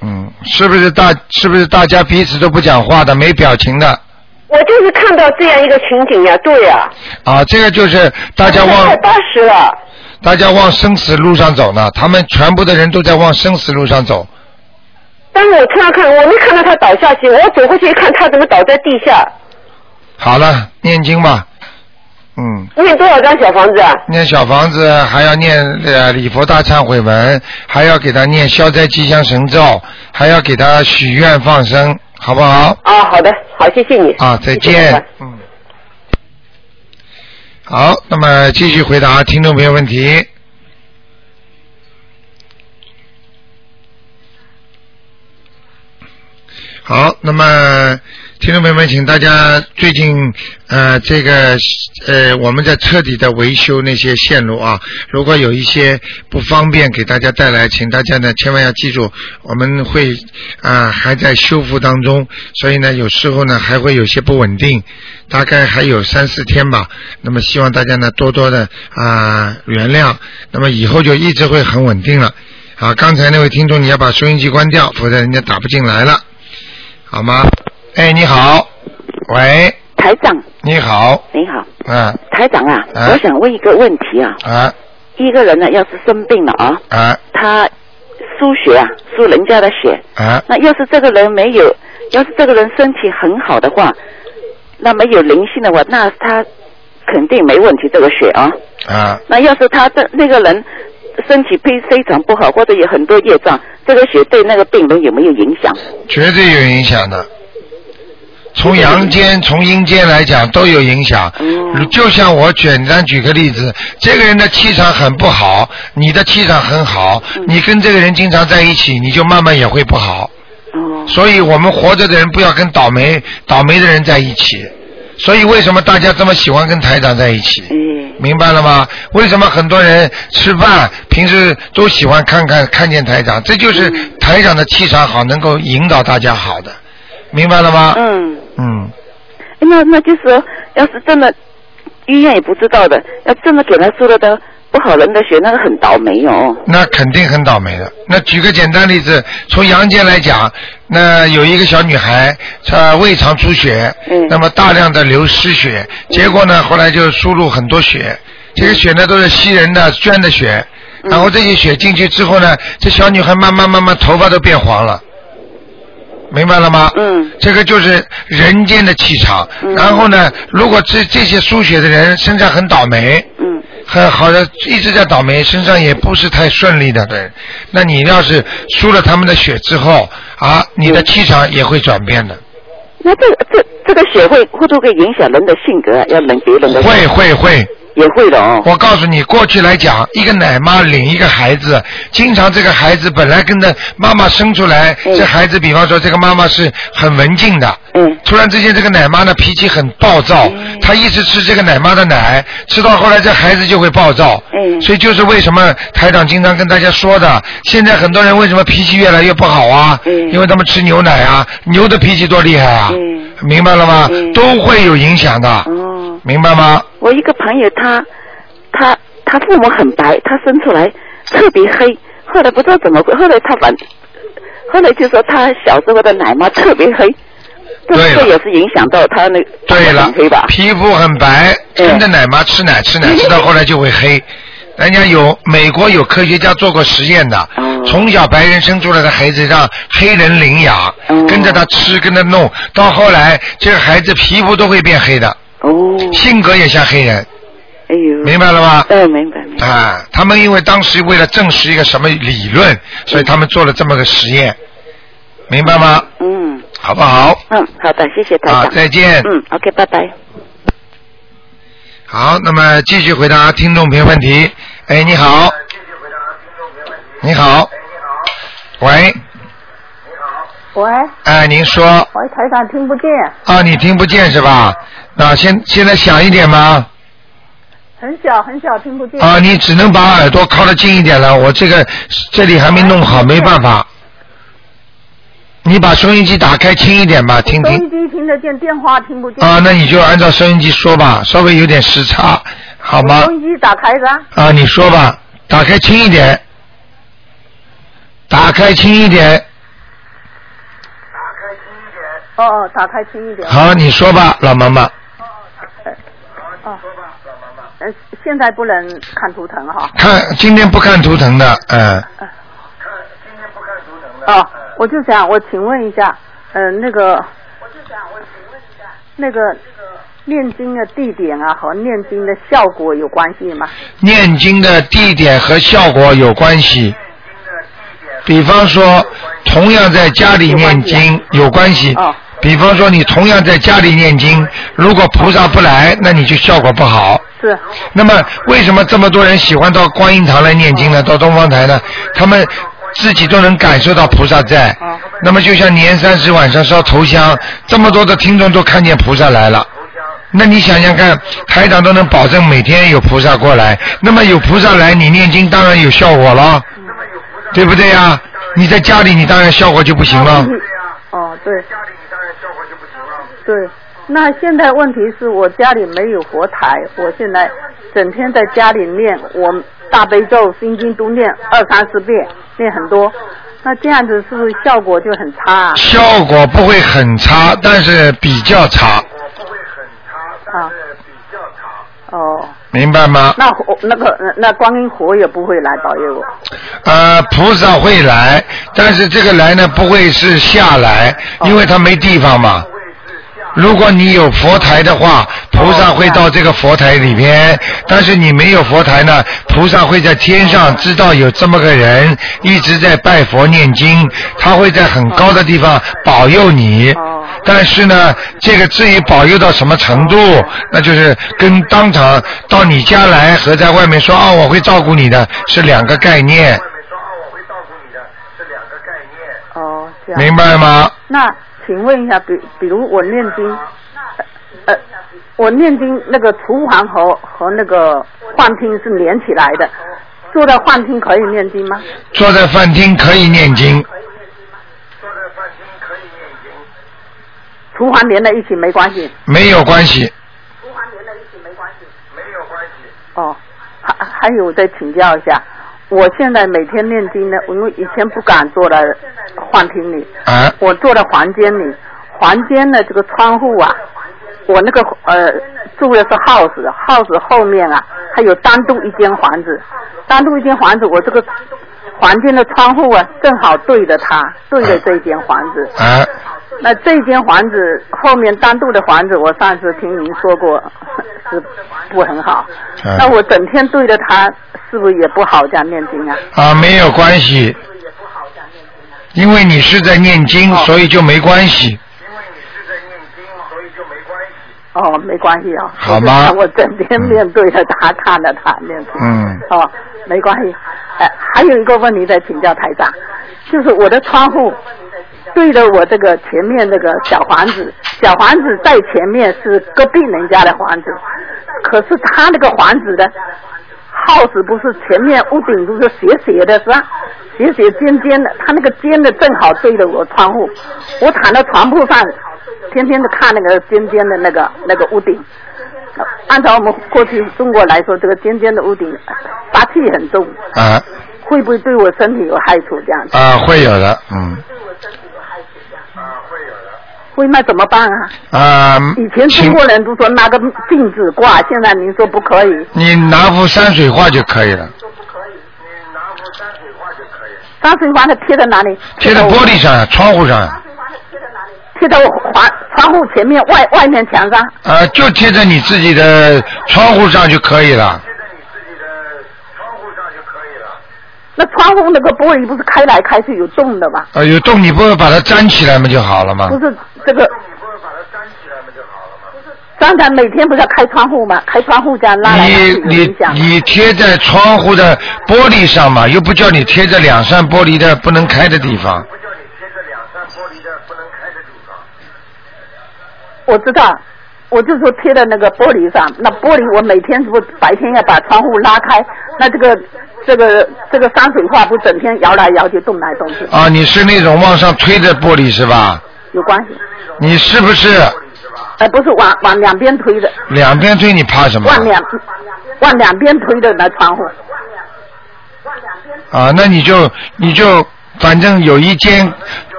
[SPEAKER 1] 嗯，是不是大是不是大家彼此都不讲话的，没表情的？
[SPEAKER 3] 我就是看到这样一个情景呀、对呀、
[SPEAKER 1] 啊，这个就是大家
[SPEAKER 3] 啊快
[SPEAKER 1] 往
[SPEAKER 3] 八十了，
[SPEAKER 1] 大家往生死路上走呢，他们全部的人都在往生死路上走。
[SPEAKER 3] 但是我突然看，我没看到他倒下去，我走过去一看，他怎么倒在地下？
[SPEAKER 1] 好了，念经吧，嗯。
[SPEAKER 3] 念多少张小房子啊？
[SPEAKER 1] 念小房子，还要念呃礼佛大忏悔文，还要给他念消灾吉祥神咒，还要给他许愿放生，好不好？
[SPEAKER 3] 啊，好的，好，谢谢你。
[SPEAKER 1] 啊，再
[SPEAKER 3] 谢谢
[SPEAKER 1] 见。嗯。好，那么继续回答听众朋友问题。好，那么听众朋友们，请大家最近呃这个呃我们在彻底的维修那些线路啊，如果有一些不方便给大家带来，请大家呢千万要记住，我们会啊、还在修复当中，所以呢有时候呢还会有些不稳定，大概还有三四天吧。那么希望大家呢多多的啊、原谅，那么以后就一直会很稳定了。好，刚才那位听众，你要把收音机关掉，否则人家打不进来了。好吗？哎，你好，喂，
[SPEAKER 4] 台长，
[SPEAKER 1] 你好，
[SPEAKER 4] 你好，
[SPEAKER 1] 啊
[SPEAKER 4] 台长啊，
[SPEAKER 1] 啊
[SPEAKER 4] 我想问一个问题啊，
[SPEAKER 1] 啊
[SPEAKER 4] 一个人呢要是生病了啊，
[SPEAKER 1] 啊
[SPEAKER 4] 他输血啊，输人家的血，
[SPEAKER 1] 啊！
[SPEAKER 4] 那要是这个人没有，要是这个人身体很好的话，那没有灵性的话，那他肯定没问题这个血啊。
[SPEAKER 1] 啊，
[SPEAKER 4] 那要是他的那个人身体非非常不好，或者有很多业障，这个血对那个病人有没有影响？
[SPEAKER 1] 绝对有影响的。从阳间、从阴间来讲都有影响。
[SPEAKER 4] 嗯
[SPEAKER 1] 就像我简单举个例子，这个人的气场很不好，你的气场很好，
[SPEAKER 4] 嗯
[SPEAKER 1] 你跟这个人经常在一起，你就慢慢也会不好。
[SPEAKER 4] 哦，
[SPEAKER 1] 所以我们活着的人不要跟倒霉倒霉的人在一起。所以为什么大家这么喜欢跟台长在一起？
[SPEAKER 4] 嗯，
[SPEAKER 1] 明白了吗？为什么很多人吃饭平时都喜欢看看看见台长？这就是
[SPEAKER 4] 嗯
[SPEAKER 1] 台长的气场好，能够引导大家好的，明白了吗？
[SPEAKER 4] 嗯。哎
[SPEAKER 1] 嗯，
[SPEAKER 4] 那那就是说，要是真的医院也不知道的，要真的给他输了的不好人的血，那个很倒霉哦。
[SPEAKER 1] 那肯定很倒霉的。那举个简单例子，从阳间来讲，那有一个小女孩，她胃肠出血，
[SPEAKER 4] 嗯
[SPEAKER 1] 那么大量的流失血，结果呢，后来就输入很多血，这个血呢都是吸人的捐的血，
[SPEAKER 4] 嗯
[SPEAKER 1] 然后这些血进去之后呢，这小女孩慢慢慢慢头发都变黄了。明白了吗？
[SPEAKER 4] 嗯，
[SPEAKER 1] 这个就是人间的气场。
[SPEAKER 4] 嗯
[SPEAKER 1] 然后呢，如果这这些输血的人身上很倒霉，
[SPEAKER 4] 嗯
[SPEAKER 1] 很好的一直在倒霉，身上也不是太顺利的人，那你要是输了他们的血之后啊，你的气场也会转变的，
[SPEAKER 4] 那这个这这个血会会不会影响人的性格啊？要冷别人的
[SPEAKER 1] 会会会，
[SPEAKER 4] 也会的哦。
[SPEAKER 1] 我告诉你，过去来讲，一个奶妈领一个孩子，经常这个孩子本来跟着妈妈生出来，
[SPEAKER 4] 嗯
[SPEAKER 1] 这孩子比方说这个妈妈是很文静的，
[SPEAKER 4] 嗯
[SPEAKER 1] 突然之间这个奶妈呢脾气很暴躁，她一直吃这个奶妈的奶，吃到后来这孩子就会暴躁，
[SPEAKER 4] 嗯
[SPEAKER 1] 所以就是为什么台长经常跟大家说的，现在很多人为什么脾气越来越不好啊？
[SPEAKER 4] 嗯
[SPEAKER 1] 因为他们吃牛奶啊，牛的脾气多厉害啊，
[SPEAKER 4] 嗯
[SPEAKER 1] 明白了吗？
[SPEAKER 4] 嗯
[SPEAKER 1] 都会有影响的，
[SPEAKER 4] 哦。
[SPEAKER 1] 明白吗？
[SPEAKER 4] 我一个朋友他，他他父母很白，他生出来特别黑，后来不知道怎么回，后来他反，后来就说他小时候的奶妈特别黑，这
[SPEAKER 1] 对了
[SPEAKER 4] 这也是影响到他那个
[SPEAKER 1] 对了
[SPEAKER 4] 很黑吧，？
[SPEAKER 1] 皮肤很白，
[SPEAKER 4] 嗯
[SPEAKER 1] 跟着奶妈吃奶吃 奶，吃到后来就会黑。人家有美国有科学家做过实验的
[SPEAKER 4] 哦，
[SPEAKER 1] 从小白人生出来的孩子让黑人领养
[SPEAKER 4] 哦，
[SPEAKER 1] 跟着他吃跟着弄，到后来这个孩子皮肤都会变黑的，
[SPEAKER 4] 哦，
[SPEAKER 1] 性格也像黑人，
[SPEAKER 4] 哎呦，
[SPEAKER 1] 明白了吗？
[SPEAKER 4] 哎，明白明白，
[SPEAKER 1] 啊，他们因为当时为了证实一个什么理论，所以他们做了这么个实验，明白吗？
[SPEAKER 4] 嗯
[SPEAKER 1] 好不好？
[SPEAKER 4] 嗯，好的，谢谢台
[SPEAKER 1] 啊
[SPEAKER 4] 长，，
[SPEAKER 1] 再见。
[SPEAKER 4] 嗯，OK，拜拜。
[SPEAKER 1] 好，那么继续回答听众朋友问题。哎，你好。你好。喂，
[SPEAKER 5] 喂，
[SPEAKER 1] 哎，您说
[SPEAKER 5] 喂，台长听不见，
[SPEAKER 1] 啊，你听不见是吧？那现现在响一点吗？
[SPEAKER 5] 很小很小听不见。
[SPEAKER 1] 啊，你只能把耳朵靠得近一点了，我这个这里还没弄好，没办法。你把收音机打开轻一点吧，
[SPEAKER 5] 我
[SPEAKER 1] 听
[SPEAKER 5] 收音
[SPEAKER 1] 听。
[SPEAKER 5] 机听得见，电话听不见。
[SPEAKER 1] 啊，那你就按照收音机说吧，稍微有点时差，好吗
[SPEAKER 5] 我？收音机打开的，
[SPEAKER 1] 啊，你说吧，打开轻一点，打开轻一点。
[SPEAKER 5] 哦哦，打开轻一点。
[SPEAKER 1] 好，你说吧，老妈妈，
[SPEAKER 5] 哦。呃，现在不能看图腾哈。
[SPEAKER 1] 看今天不看图腾的，嗯，
[SPEAKER 5] 哦，我就想，我请问一下，呃，那个。我就想，我请问一下。那个念经的地点啊，和念经的效果有关系吗？
[SPEAKER 1] 念经的地点和效果有关系。比方说，同样在家里念经有关系
[SPEAKER 5] 哦。
[SPEAKER 1] 比方说，你同样在家里念经，如果菩萨不来，那你就效果不好。
[SPEAKER 5] 是。
[SPEAKER 1] 那么为什么这么多人喜欢到观音堂来念经呢？到东方台呢？他们自己都能感受到菩萨在
[SPEAKER 5] 哦。
[SPEAKER 1] 那么就像年三十晚上烧头香，这么多的听众都看见菩萨来了。那你想想看，台长都能保证每天有菩萨过来，那么有菩萨来，你念经当然有效果了，对不对呀、你在家里，你当然效果就不行了。
[SPEAKER 5] 哦，对。对，那现在问题是我家里没有佛台，我现在整天在家里念我大悲咒、心经都念二三十遍，念很多。那这样子是不是效果就很差啊？
[SPEAKER 1] 效果不会很差，但是比较差，
[SPEAKER 5] 啊哦，
[SPEAKER 1] 明白吗？
[SPEAKER 5] 那火那个那观音火也不会来保佑我。
[SPEAKER 1] 呃，菩萨会来，但是这个来呢不会是下来，因为他没地方嘛。如果你有佛台的话，菩萨会到这个佛台里边；但是你没有佛台呢，菩萨会在天上知道有这么个人一直在拜佛念经，他会在很高的地方保佑你
[SPEAKER 5] 哦。
[SPEAKER 1] 但是呢，这个至于保佑到什么程度，那就是跟当场到你家来和在外面说啊我会照顾你的是两个概念，
[SPEAKER 5] 哦，这样。
[SPEAKER 1] 明白吗？
[SPEAKER 5] 那请问一下，比比如我念经，呃，呃我念经那个厨房和和那个幻听是连起来的，坐在幻听可以念经吗？
[SPEAKER 1] 坐在饭厅可以念经，
[SPEAKER 5] 厨房连在一起没关系。
[SPEAKER 1] 没有关系。
[SPEAKER 5] 哦，还还有再请教一下，我现在每天念经呢，因为以前不敢坐在幻听里，
[SPEAKER 1] 啊，
[SPEAKER 5] 我坐在房间里，房间的这个窗户啊，我那个呃住的是 house，house 后面啊，还有单独一间房子，单独一间房子，我这个房间的窗户啊，正好对着它，对着这间房子。
[SPEAKER 1] 啊，
[SPEAKER 5] 那这间房子后面单独的房子，我上次听您说过是不很好。
[SPEAKER 1] 嗯
[SPEAKER 5] 那我整天对着它，是不是也不好这样念经啊？
[SPEAKER 1] 啊，没有关系，因为
[SPEAKER 5] 哦
[SPEAKER 1] 你是在念经，所以就没关系。
[SPEAKER 5] 哦，没关系啊。
[SPEAKER 1] 好吗
[SPEAKER 5] 我整天面对着他，看着他面对。
[SPEAKER 1] 嗯
[SPEAKER 5] 哦，没关系。哎、还有一个问题在请教台长，就是我的窗户对着我这个前面这个小房子，小房子在前面是隔壁人家的房子，可是他那个房子的 house 不是前面屋顶不是斜斜的，是吧？斜斜尖尖的，他那个尖的正好对着我窗户，我躺在床铺上，天天的看那个尖尖的那个那个屋顶。按照我们过去中国来说，这个尖尖的屋顶杀气很重，
[SPEAKER 1] 啊
[SPEAKER 5] 会不会对我身体有害处？这样子
[SPEAKER 1] 啊，会有的，嗯
[SPEAKER 5] 会那怎么办啊？
[SPEAKER 1] 啊，
[SPEAKER 5] 以前中
[SPEAKER 1] 请
[SPEAKER 5] 国人都说拿个镜子挂，现在您说不可以，
[SPEAKER 1] 你拿幅山水画就可以了，
[SPEAKER 5] 山水画的贴在哪里？
[SPEAKER 1] 贴在玻璃上、窗户上，
[SPEAKER 5] 贴在我房窗户前面外外面墙上。
[SPEAKER 1] 啊，就贴在你自己的窗户上就可以了。
[SPEAKER 5] 那窗户那个玻璃不是开来开去有洞的吗？
[SPEAKER 1] 啊，有洞你不会把它粘起来嘛就好了嘛
[SPEAKER 5] 不。是这个。刚才每天不是要开窗户吗？开窗户这样拉来拉
[SPEAKER 1] 你
[SPEAKER 5] 去有
[SPEAKER 1] 你
[SPEAKER 5] 影响。
[SPEAKER 1] 你贴在窗户的玻璃上嘛，又不叫你贴在两扇玻璃的不能开的地方。
[SPEAKER 5] 我知道，我就说贴在那个玻璃上，那玻璃我每天是不是白天要把窗户拉开？那这个这个这个山水画不整天摇来摇去、动来动去，
[SPEAKER 1] 啊，你是那种往上推的玻璃是吧？
[SPEAKER 5] 有关系？
[SPEAKER 1] 你是不是
[SPEAKER 5] 哎、不是往往两边推的，
[SPEAKER 1] 两边推你怕什么？
[SPEAKER 5] 往两往两边推的那窗户。
[SPEAKER 1] 啊，那你就你就反正有一间，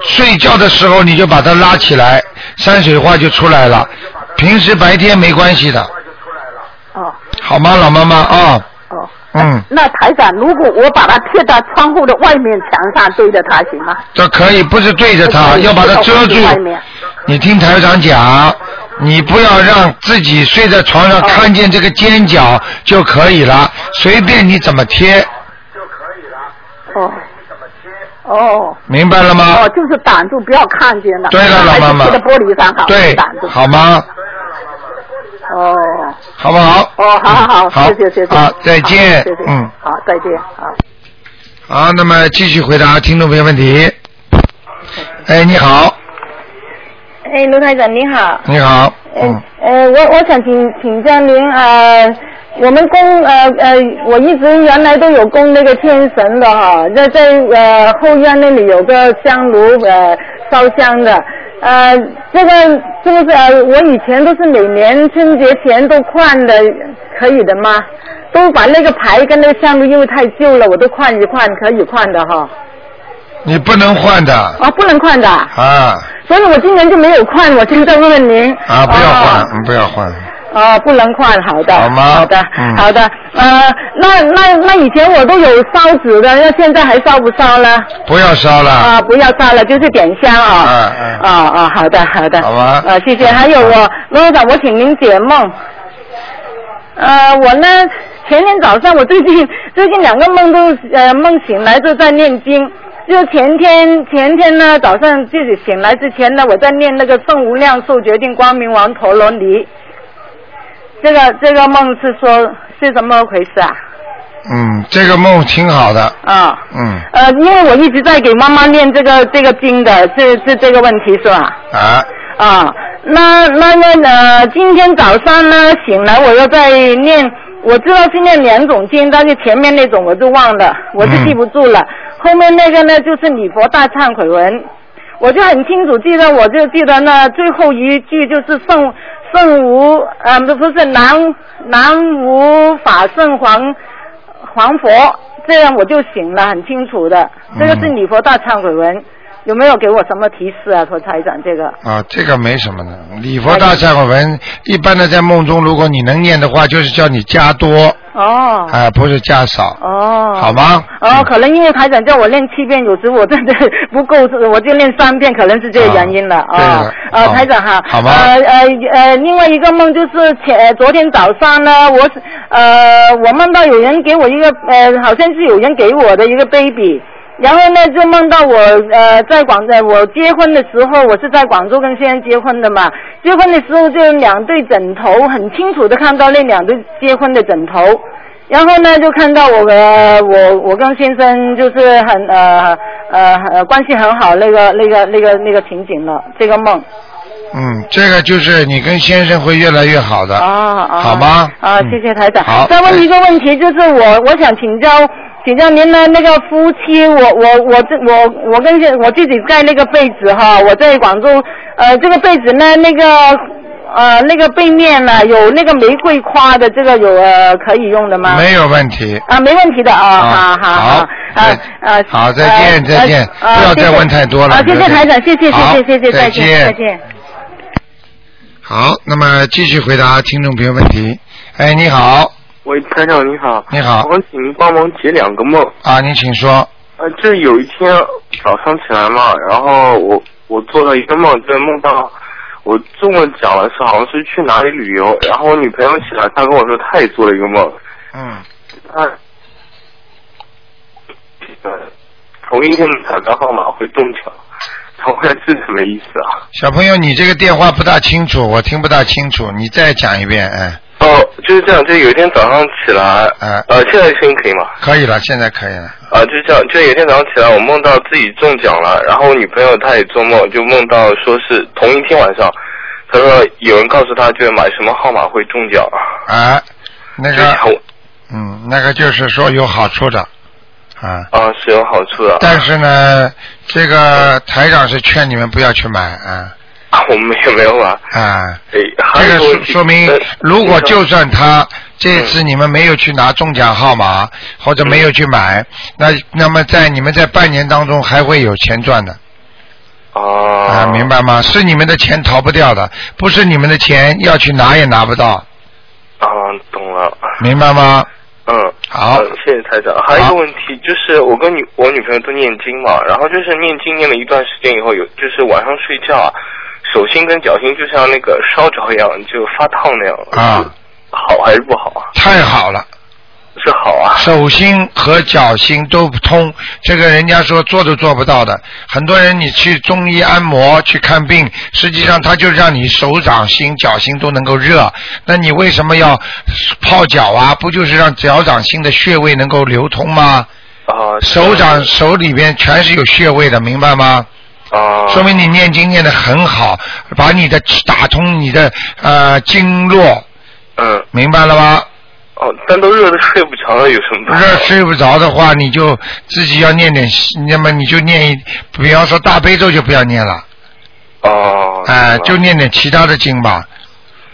[SPEAKER 1] 睡觉的时候你就把它拉起来，山水画就出来了。平时白天没关系的，
[SPEAKER 5] 哦
[SPEAKER 1] 好吗，老妈妈啊？
[SPEAKER 5] 哦，
[SPEAKER 1] 嗯，
[SPEAKER 5] 那台长，如果我把它贴到窗户的外面墙上对着它行吗？
[SPEAKER 1] 这可以，不是对着它，要把它遮住
[SPEAKER 5] 贴。到外面
[SPEAKER 1] 你听台长讲，你不要让自己睡在床
[SPEAKER 5] 哦
[SPEAKER 1] 上看见这个尖角就可以了，随便你怎么贴，
[SPEAKER 5] 哦。哦
[SPEAKER 1] 明白了吗
[SPEAKER 5] 哦，？就是挡住，不要看见了。
[SPEAKER 1] 对了，老
[SPEAKER 5] 还是
[SPEAKER 1] 妈妈。
[SPEAKER 5] 贴在玻璃上好，
[SPEAKER 1] 对
[SPEAKER 5] 挡住。，
[SPEAKER 1] 好吗？
[SPEAKER 5] 哦
[SPEAKER 1] 好不好？嗯
[SPEAKER 5] 哦，好好
[SPEAKER 1] 好
[SPEAKER 5] 好，谢谢谢谢。
[SPEAKER 1] 好再见
[SPEAKER 5] 好谢谢
[SPEAKER 1] 嗯
[SPEAKER 5] 好，再见，好。
[SPEAKER 1] 好，那么继续回答听众朋友问题。哎，你好，
[SPEAKER 6] 哎，卢台长你好。
[SPEAKER 1] 你好，
[SPEAKER 6] 嗯
[SPEAKER 1] 嗯，
[SPEAKER 6] 呃，我我想请请教您呃，我们供呃呃，我一直原来都有供那个天神的哈，在在呃后院那里有个香炉呃烧香的，呃，这个是不是呃我以前都是每年春节前都换的，可以的吗？都把那个牌跟那个香炉因为太旧了，我都换一换，可以换的哈。
[SPEAKER 1] 你不能换的
[SPEAKER 6] 哦，不能换的啊，
[SPEAKER 1] 啊
[SPEAKER 6] 所以我今年就没有换，我现在问问您。
[SPEAKER 1] 啊！不要换
[SPEAKER 6] 哦，
[SPEAKER 1] 嗯不要换，
[SPEAKER 6] 哦，不能换，好的，
[SPEAKER 1] 好吗
[SPEAKER 6] 的，
[SPEAKER 1] 嗯
[SPEAKER 6] 好的，呃，那那那以前我都有烧纸的，那现在还烧不烧呢？
[SPEAKER 1] 不要烧了。
[SPEAKER 6] 啊，不要烧了，就是点香啊。
[SPEAKER 1] 嗯嗯
[SPEAKER 6] 啊啊，好的好的。
[SPEAKER 1] 好吧
[SPEAKER 6] 呃，谢谢。还有我罗院长，我请您解梦。呃，我呢，前天早上我最近 最近两个梦都呃梦醒来就在念经。就前天前天呢早上自己醒来之前呢，我在念那个《圣无量寿决定光明王陀罗尼》。这个这个梦是说是怎么回事啊？
[SPEAKER 1] 嗯，这个梦挺好的，
[SPEAKER 6] 啊、
[SPEAKER 1] 嗯
[SPEAKER 6] 呃，因为我一直在给妈妈念这个这个经的，是是这个问题是吧？
[SPEAKER 1] 啊，
[SPEAKER 6] 啊，那那那呃，今天早上呢醒来，我又在念，我知道是念两种经，但是前面那种我就忘了，我就记不住了。后面那个呢就是礼佛大忏悔文，我就很清楚记得，我就记得那最后一句就是圣圣无呃不不是南南无法圣皇皇佛，这样我就醒了，很清楚的。这个是
[SPEAKER 1] 嗯
[SPEAKER 6] 礼佛大忏悔文。有没有给我什么提示啊，罗台长？这个
[SPEAKER 1] 啊，这个没什么的。礼佛大忏悔文，一般的在梦中，如果你能念的话，就是叫你加多，
[SPEAKER 6] 哦，
[SPEAKER 1] 啊，不是加少，
[SPEAKER 6] 哦，
[SPEAKER 1] 好？吗？
[SPEAKER 6] 哦，
[SPEAKER 1] 嗯
[SPEAKER 6] 可能因为台长叫我练七遍，有时我真的不够，我就练三遍，可能是这个原因了
[SPEAKER 1] 啊
[SPEAKER 6] 啊
[SPEAKER 1] 对。的
[SPEAKER 6] 呃，
[SPEAKER 1] 好
[SPEAKER 6] 台长哈，
[SPEAKER 1] 好吧
[SPEAKER 6] 呃呃呃，另外一个梦就是前呃昨天早上呢，我是呃我梦到有人给我一个呃，好像是有人给我的一个 baby。然后呢，就梦到我呃在广呃我结婚的时候，我是在广州跟先生结婚的嘛。结婚的时候就有两对枕头，很清楚的看到那两对结婚的枕头。然后呢，就看到我呃我我跟先生就是很呃呃呃关系很好那个那个那个那个情景了，这个梦。
[SPEAKER 1] 嗯，这个就是你跟先生会越来越好的，
[SPEAKER 6] 啊啊，
[SPEAKER 1] 好吗？
[SPEAKER 6] 啊，
[SPEAKER 1] 嗯
[SPEAKER 6] 谢谢台长。
[SPEAKER 1] 好
[SPEAKER 6] 再问一个问题，就是我我想请教请教您的那个夫妻，我我我这我我跟我自己盖那个被子哈，我在广州，呃，这个被子呢那个。呃，那个背面呢有那个玫瑰花的，这个有呃可以用的吗？
[SPEAKER 1] 没有问题。
[SPEAKER 6] 啊，没问题的啊，好好
[SPEAKER 1] 好，
[SPEAKER 6] 啊啊，
[SPEAKER 1] 好，再见，再见，不
[SPEAKER 6] 啊
[SPEAKER 1] 要
[SPEAKER 6] 谢
[SPEAKER 1] 再
[SPEAKER 6] 谢
[SPEAKER 1] 问太多了。
[SPEAKER 6] 啊，谢谢
[SPEAKER 1] 再见
[SPEAKER 6] 台长，谢谢
[SPEAKER 1] 好
[SPEAKER 6] 谢谢谢谢，
[SPEAKER 1] 再
[SPEAKER 6] 再见再见。
[SPEAKER 1] 好，那么继续回答听众朋友问题。哎，你好，
[SPEAKER 7] 喂，台长你好，
[SPEAKER 1] 你好
[SPEAKER 7] 我请您帮忙解两个梦。
[SPEAKER 1] 啊，你请说。
[SPEAKER 7] 呃，这有一天早上起来嘛，然后我我做了一个梦，这梦到我中文讲了是好像是去哪里旅游，然后我女朋友起来，她跟我说她也做了一个梦，
[SPEAKER 1] 嗯，
[SPEAKER 7] 她呃同一天的彩票号码会中奖，我看是什么意思啊？
[SPEAKER 1] 小朋友，你这个电话不大清楚，我听不大清楚，你再讲一遍，哎，
[SPEAKER 7] 哦，就是这样，就有一天早上起来，
[SPEAKER 1] 哎，
[SPEAKER 7] 呃，现在声音可以吗？
[SPEAKER 1] 可以了，现在可以了。
[SPEAKER 7] 啊，就这样，就有一天早上起来，我梦到自己中奖了，然后我女朋友她也做梦，就梦到说是同一天晚上，她说有人告诉她就是买什么号码会中奖，
[SPEAKER 1] 啊，那
[SPEAKER 7] 就是
[SPEAKER 1] 个，
[SPEAKER 7] 很
[SPEAKER 1] 嗯，那个就是说有好处的，啊，
[SPEAKER 7] 啊是有好处的。
[SPEAKER 1] 但是呢，这个台长是劝你们不要去买，啊
[SPEAKER 7] 啊，我们也没有买。
[SPEAKER 1] 啊，
[SPEAKER 7] 哎，还
[SPEAKER 1] 这
[SPEAKER 7] 有
[SPEAKER 1] 个
[SPEAKER 7] 一问
[SPEAKER 1] 说
[SPEAKER 7] 题
[SPEAKER 1] 说明
[SPEAKER 7] 呃，
[SPEAKER 1] 如果就算他这
[SPEAKER 7] 嗯
[SPEAKER 1] 次你们没有去拿中奖号码或者没有去买，那那么在你们在半年当中还会有钱赚的
[SPEAKER 7] 啊
[SPEAKER 1] 啊，明。白吗？是你们的钱逃不掉的，不是你们的钱要去拿也拿不到，
[SPEAKER 7] 啊，懂了。
[SPEAKER 1] 明白吗？
[SPEAKER 7] 嗯，
[SPEAKER 1] 好
[SPEAKER 7] 呃谢谢台长。还有一
[SPEAKER 1] 好
[SPEAKER 7] 个问题就是，我跟女我女朋友都念经嘛，然后就是念经念了一段时间以后，有就是晚上睡觉啊，手心跟脚心就像那个烧着一样，就发烫那样。
[SPEAKER 1] 啊
[SPEAKER 7] 是好还是不好啊？
[SPEAKER 1] 太好了。
[SPEAKER 7] 是好啊。
[SPEAKER 1] 手心和脚心都不通，这个人家说做都做不到的。很多人你去中医按摩去看病，实际上他就让你手掌心、脚心都能够热。那你为什么要泡脚啊？不就是让脚掌心的穴位能够流通吗？
[SPEAKER 7] 啊，是
[SPEAKER 1] 手掌手里边全是有穴位的，明白吗？
[SPEAKER 7] 啊，
[SPEAKER 1] 说明你念经念得很好，把你的打通你的呃经络，
[SPEAKER 7] 嗯
[SPEAKER 1] 明白了吗？
[SPEAKER 7] 哦，但都热的睡不着了，有什么
[SPEAKER 1] 不
[SPEAKER 7] 办
[SPEAKER 1] 是
[SPEAKER 7] 法？
[SPEAKER 1] 睡不着的话，你就自己要念点，那么你就念一，比方说大悲咒就不要念了，
[SPEAKER 7] 哦，
[SPEAKER 1] 哎、
[SPEAKER 7] 懂
[SPEAKER 1] 就
[SPEAKER 7] 了
[SPEAKER 1] 念点其他的经吧。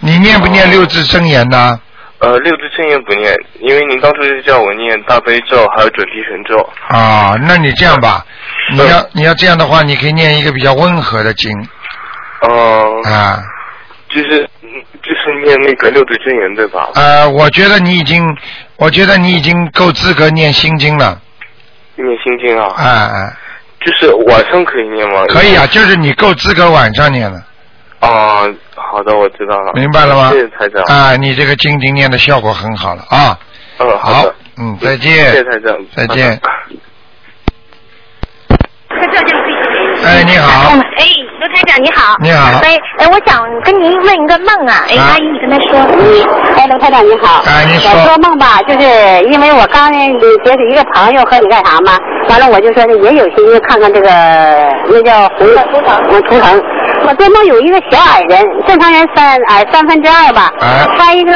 [SPEAKER 1] 你念不念
[SPEAKER 7] 哦
[SPEAKER 1] 六字真言呢？
[SPEAKER 7] 呃六字真言不念，因为您当初是叫我念大悲咒还有准提神咒。
[SPEAKER 1] 啊，那你这样吧，你
[SPEAKER 7] 嗯
[SPEAKER 1] 要你要这样的话，你可以念一个比较温和的经
[SPEAKER 7] 哦，
[SPEAKER 1] 啊。
[SPEAKER 7] 就是嗯就是念那个六字真言对吧？
[SPEAKER 1] 呃，我觉得你已经，我觉得你已经够资格念心经了，
[SPEAKER 7] 念心经啊，
[SPEAKER 1] 哎、哎、
[SPEAKER 7] 就是晚上可以念吗？
[SPEAKER 1] 可以啊，就是你够资格晚上念了，
[SPEAKER 7] 啊、好的，我知道了。
[SPEAKER 1] 明白了吗
[SPEAKER 7] 啊谢谢台长。
[SPEAKER 1] 啊、你这个经经念的效果很好了啊。
[SPEAKER 7] 嗯，好
[SPEAKER 1] 好
[SPEAKER 7] 的。，
[SPEAKER 1] 嗯，再
[SPEAKER 7] 谢
[SPEAKER 1] 见。
[SPEAKER 7] 谢台长。
[SPEAKER 1] 再 见
[SPEAKER 7] 拜拜
[SPEAKER 1] 哎，你好，
[SPEAKER 8] 哎，刘台长你好。
[SPEAKER 1] 你好
[SPEAKER 8] 哎哎，我想跟您问一个梦啊，哎，
[SPEAKER 1] 啊
[SPEAKER 8] 阿姨你跟他说。哎，刘台长你好。
[SPEAKER 1] 哎您说
[SPEAKER 8] 我说梦吧，就是因为我刚结识一个朋友和你干啥嘛，完了我就说也有心思看看这个那叫红图腾，嗯图腾。我做梦有一个小矮人，正常人三矮三分之二吧，
[SPEAKER 1] 哎
[SPEAKER 8] 穿一个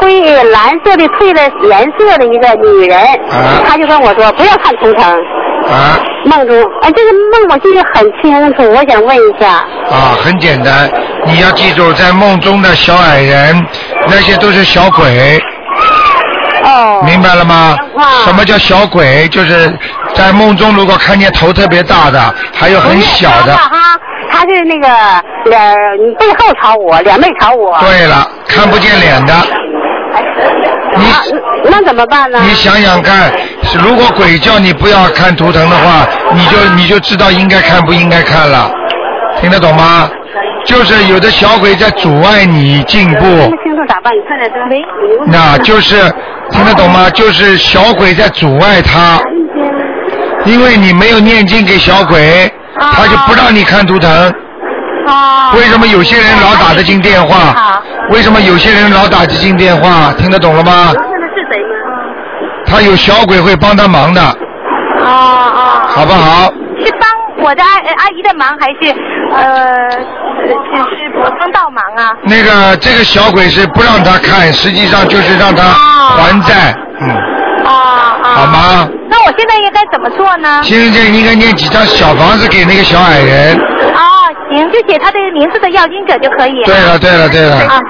[SPEAKER 8] 灰蓝色的翠的颜色的一个女人，
[SPEAKER 1] 哎
[SPEAKER 8] 她就跟我说不要看图腾，
[SPEAKER 1] 啊
[SPEAKER 8] 梦中，哎，这个梦我记得很清楚，我想问一下。
[SPEAKER 1] 啊，很简单，你要记住，在梦中的小矮人，那些都是小鬼，
[SPEAKER 8] 哦。
[SPEAKER 1] 明白了吗
[SPEAKER 8] 啊？
[SPEAKER 1] 什么叫小鬼？就是在梦中如果看见头特别大的，还有很小
[SPEAKER 8] 不是
[SPEAKER 1] 的。
[SPEAKER 8] 他吧哈，他是那个脸儿背后朝我，脸背朝我。
[SPEAKER 1] 对了，看不见脸的，你
[SPEAKER 8] 啊那那怎么办呢？
[SPEAKER 1] 你想想看，如果鬼叫你不要看图腾的话，你就你就知道应该看不应该看了，听得懂吗？就是有的小鬼在阻碍你进步。
[SPEAKER 8] 听不清楚咋办？你看点灯。喂。
[SPEAKER 1] 那就是听得懂吗？就是小鬼在阻碍他，因为你没有念经给小鬼，他就不让你看图腾。为什么有些人老打得进电话？为什么有些人老打得进电话？听得懂了吗？
[SPEAKER 8] 是谁吗？
[SPEAKER 1] 他有小鬼会帮他忙的，
[SPEAKER 8] 哦哦，
[SPEAKER 1] 好不好？
[SPEAKER 8] 是帮我的阿呃阿姨的忙，还是呃只是我帮倒忙啊？
[SPEAKER 1] 那个这个小鬼是不让他看，实际上就是让他还债，嗯，好吗？
[SPEAKER 8] 那我现在应该怎么做呢？
[SPEAKER 1] 现在应该念几张小房子给那个小矮人。
[SPEAKER 8] 哦，行，就写他的名字的要经者就可以。
[SPEAKER 1] 对了对了对了
[SPEAKER 8] 啊，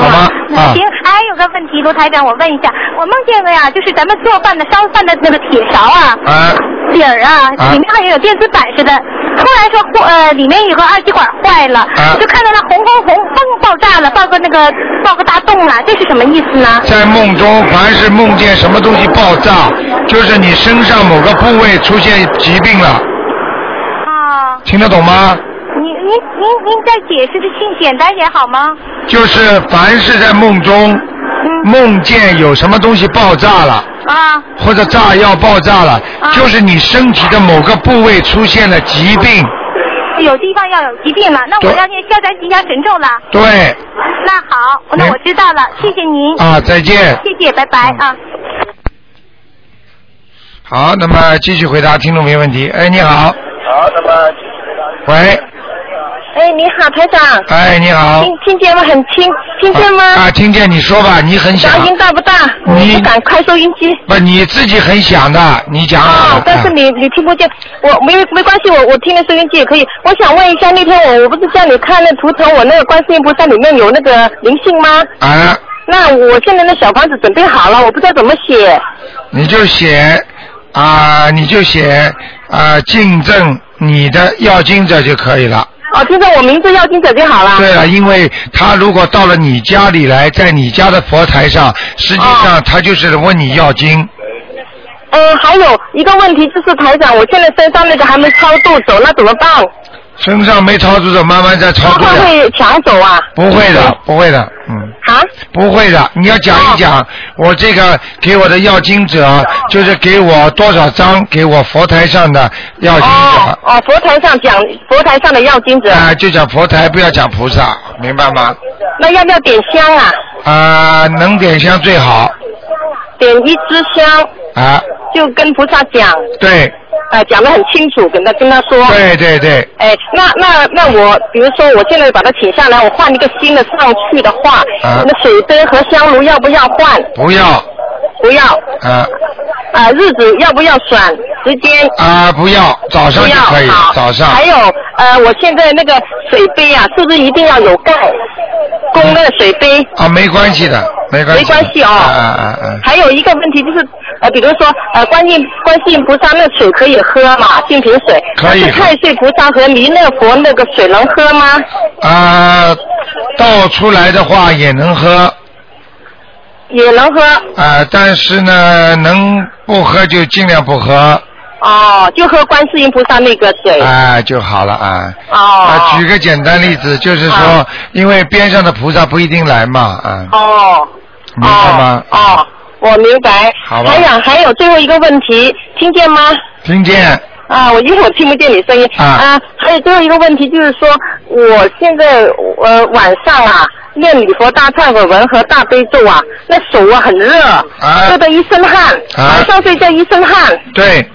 [SPEAKER 1] 好吗啊
[SPEAKER 8] 行，还有个问题，卢台长，我问一下，我梦见过呀，就是咱们做饭的烧饭的那个铁勺啊，
[SPEAKER 1] 啊，
[SPEAKER 8] 底儿啊，
[SPEAKER 1] 啊
[SPEAKER 8] 里面好像有电子板似的。突然说坏，呃，里面有个二极管坏了，
[SPEAKER 1] 啊
[SPEAKER 8] 就看到那红红红，嘣，爆炸了，爆个那个爆个大洞啊，这是什么意思呢？
[SPEAKER 1] 在梦中，凡是梦见什么东西爆炸，就是你身上某个部位出现疾病了。
[SPEAKER 8] 啊
[SPEAKER 1] 听得懂吗？
[SPEAKER 8] 您您您您再解释的清简单点好吗？
[SPEAKER 1] 就是凡是在梦中梦见有什么东西爆炸了，
[SPEAKER 8] 嗯啊，
[SPEAKER 1] 或者炸药爆炸了，就是你身体的某个部位出现了疾病。
[SPEAKER 8] 有地方要有疾病了，那我
[SPEAKER 1] 对
[SPEAKER 8] 要念消灾吉祥神咒了。
[SPEAKER 1] 对，哎
[SPEAKER 8] 那好，那我知道了，谢谢您。
[SPEAKER 1] 啊再见嗯
[SPEAKER 8] 谢谢，拜拜啊。
[SPEAKER 1] 好，那么继续回答听众朋友问题。哎，你好，
[SPEAKER 9] 好，那么
[SPEAKER 1] 喂，
[SPEAKER 10] 哎，你好，台长。
[SPEAKER 1] 哎你好
[SPEAKER 10] 听听见吗？很清，听见吗？
[SPEAKER 1] 啊，听见你说吧，你很想，
[SPEAKER 10] 噪音大不大？
[SPEAKER 1] 你
[SPEAKER 10] 不敢开收音机。
[SPEAKER 1] 不，你自己很想的，你讲啊好
[SPEAKER 10] 哦
[SPEAKER 1] 了，
[SPEAKER 10] 但是你你听不见，我没没关系，我我听的收音机也可以。我想问一下，那天我我不是叫你看那图腾，我那个观世音菩萨里面有那个灵性吗？
[SPEAKER 1] 啊，
[SPEAKER 10] 那我现在的小房子准备好了，我不知道怎么写。
[SPEAKER 1] 你就写啊、你就写啊、敬正你的要经者就可以了。
[SPEAKER 10] 哦，听着我名字要经者就好了。
[SPEAKER 1] 对了，因为他如果到了你家里来，在你家的佛台上，实际
[SPEAKER 10] 哦
[SPEAKER 1] 上他就是问你要经。
[SPEAKER 10] 嗯，还有一个问题就是台长，我现在身上那个还没超度走，那怎么办？
[SPEAKER 1] 身上没操作者，慢慢再操
[SPEAKER 10] 他
[SPEAKER 1] 作的。
[SPEAKER 10] 会抢走啊？
[SPEAKER 1] 不会的，不会的，嗯。
[SPEAKER 10] 啊？哦
[SPEAKER 1] 不会的，你要讲一讲，我这个给我的要经者，就是给我多少张给我佛台上的要经者。
[SPEAKER 10] 哦，佛台上讲佛台上的要经者，
[SPEAKER 1] 啊、就讲佛台，不要讲菩萨，明白吗？
[SPEAKER 10] 那要不要点香啊？
[SPEAKER 1] 啊、能点香最好
[SPEAKER 10] 点一支香，
[SPEAKER 1] 啊、
[SPEAKER 10] 就跟菩萨讲，
[SPEAKER 1] 对
[SPEAKER 10] 呃，讲得很清楚，跟他跟他说。
[SPEAKER 1] 对对对，
[SPEAKER 10] 哎，那那那我，比如说我现在把它请下来，我换一个新的上去的话，
[SPEAKER 1] 啊
[SPEAKER 10] 那水杯和香炉要不要换？
[SPEAKER 1] 不要啊
[SPEAKER 10] 不要。
[SPEAKER 1] 啊、
[SPEAKER 10] 啊、日子要不要选时间？
[SPEAKER 1] 啊不要，早上就可以，早上
[SPEAKER 10] 还有呃，我现在那个水杯啊，是不是一定要有盖？供那个水杯。
[SPEAKER 1] 啊，没关系的，没关系的，
[SPEAKER 10] 没关系哦
[SPEAKER 1] 啊啊啊啊，
[SPEAKER 10] 还有一个问题就是，呃，比如说，呃，观音观世音菩萨那水可以喝嘛，净瓶水。呃
[SPEAKER 1] 可以
[SPEAKER 10] 但是太岁菩萨和弥勒佛那个水能喝吗？
[SPEAKER 1] 啊，倒出来的话也能喝啊、
[SPEAKER 10] 也能喝。
[SPEAKER 1] 但是呢，能不喝就尽量不喝啊、
[SPEAKER 10] 哦，就喝观世音菩萨那个水。
[SPEAKER 1] 就好了啊。
[SPEAKER 10] 哦
[SPEAKER 1] 啊，举个简单例子，就是说，因为边上的菩萨不一定来嘛，啊，
[SPEAKER 10] 哦
[SPEAKER 1] 明白吗？
[SPEAKER 10] 哦，我明白。
[SPEAKER 1] 好吧
[SPEAKER 10] 台长，还有最后一个问题，听见吗？
[SPEAKER 1] 听见
[SPEAKER 10] 啊，我因为我听不见你声音
[SPEAKER 1] 啊
[SPEAKER 10] 还有最后一个问题就是说，我现在呃晚上啊念礼佛大忏悔文和大悲咒啊，那手啊很热，热得一身汗，
[SPEAKER 1] 啊
[SPEAKER 10] 晚上睡觉一身汗。
[SPEAKER 1] 对。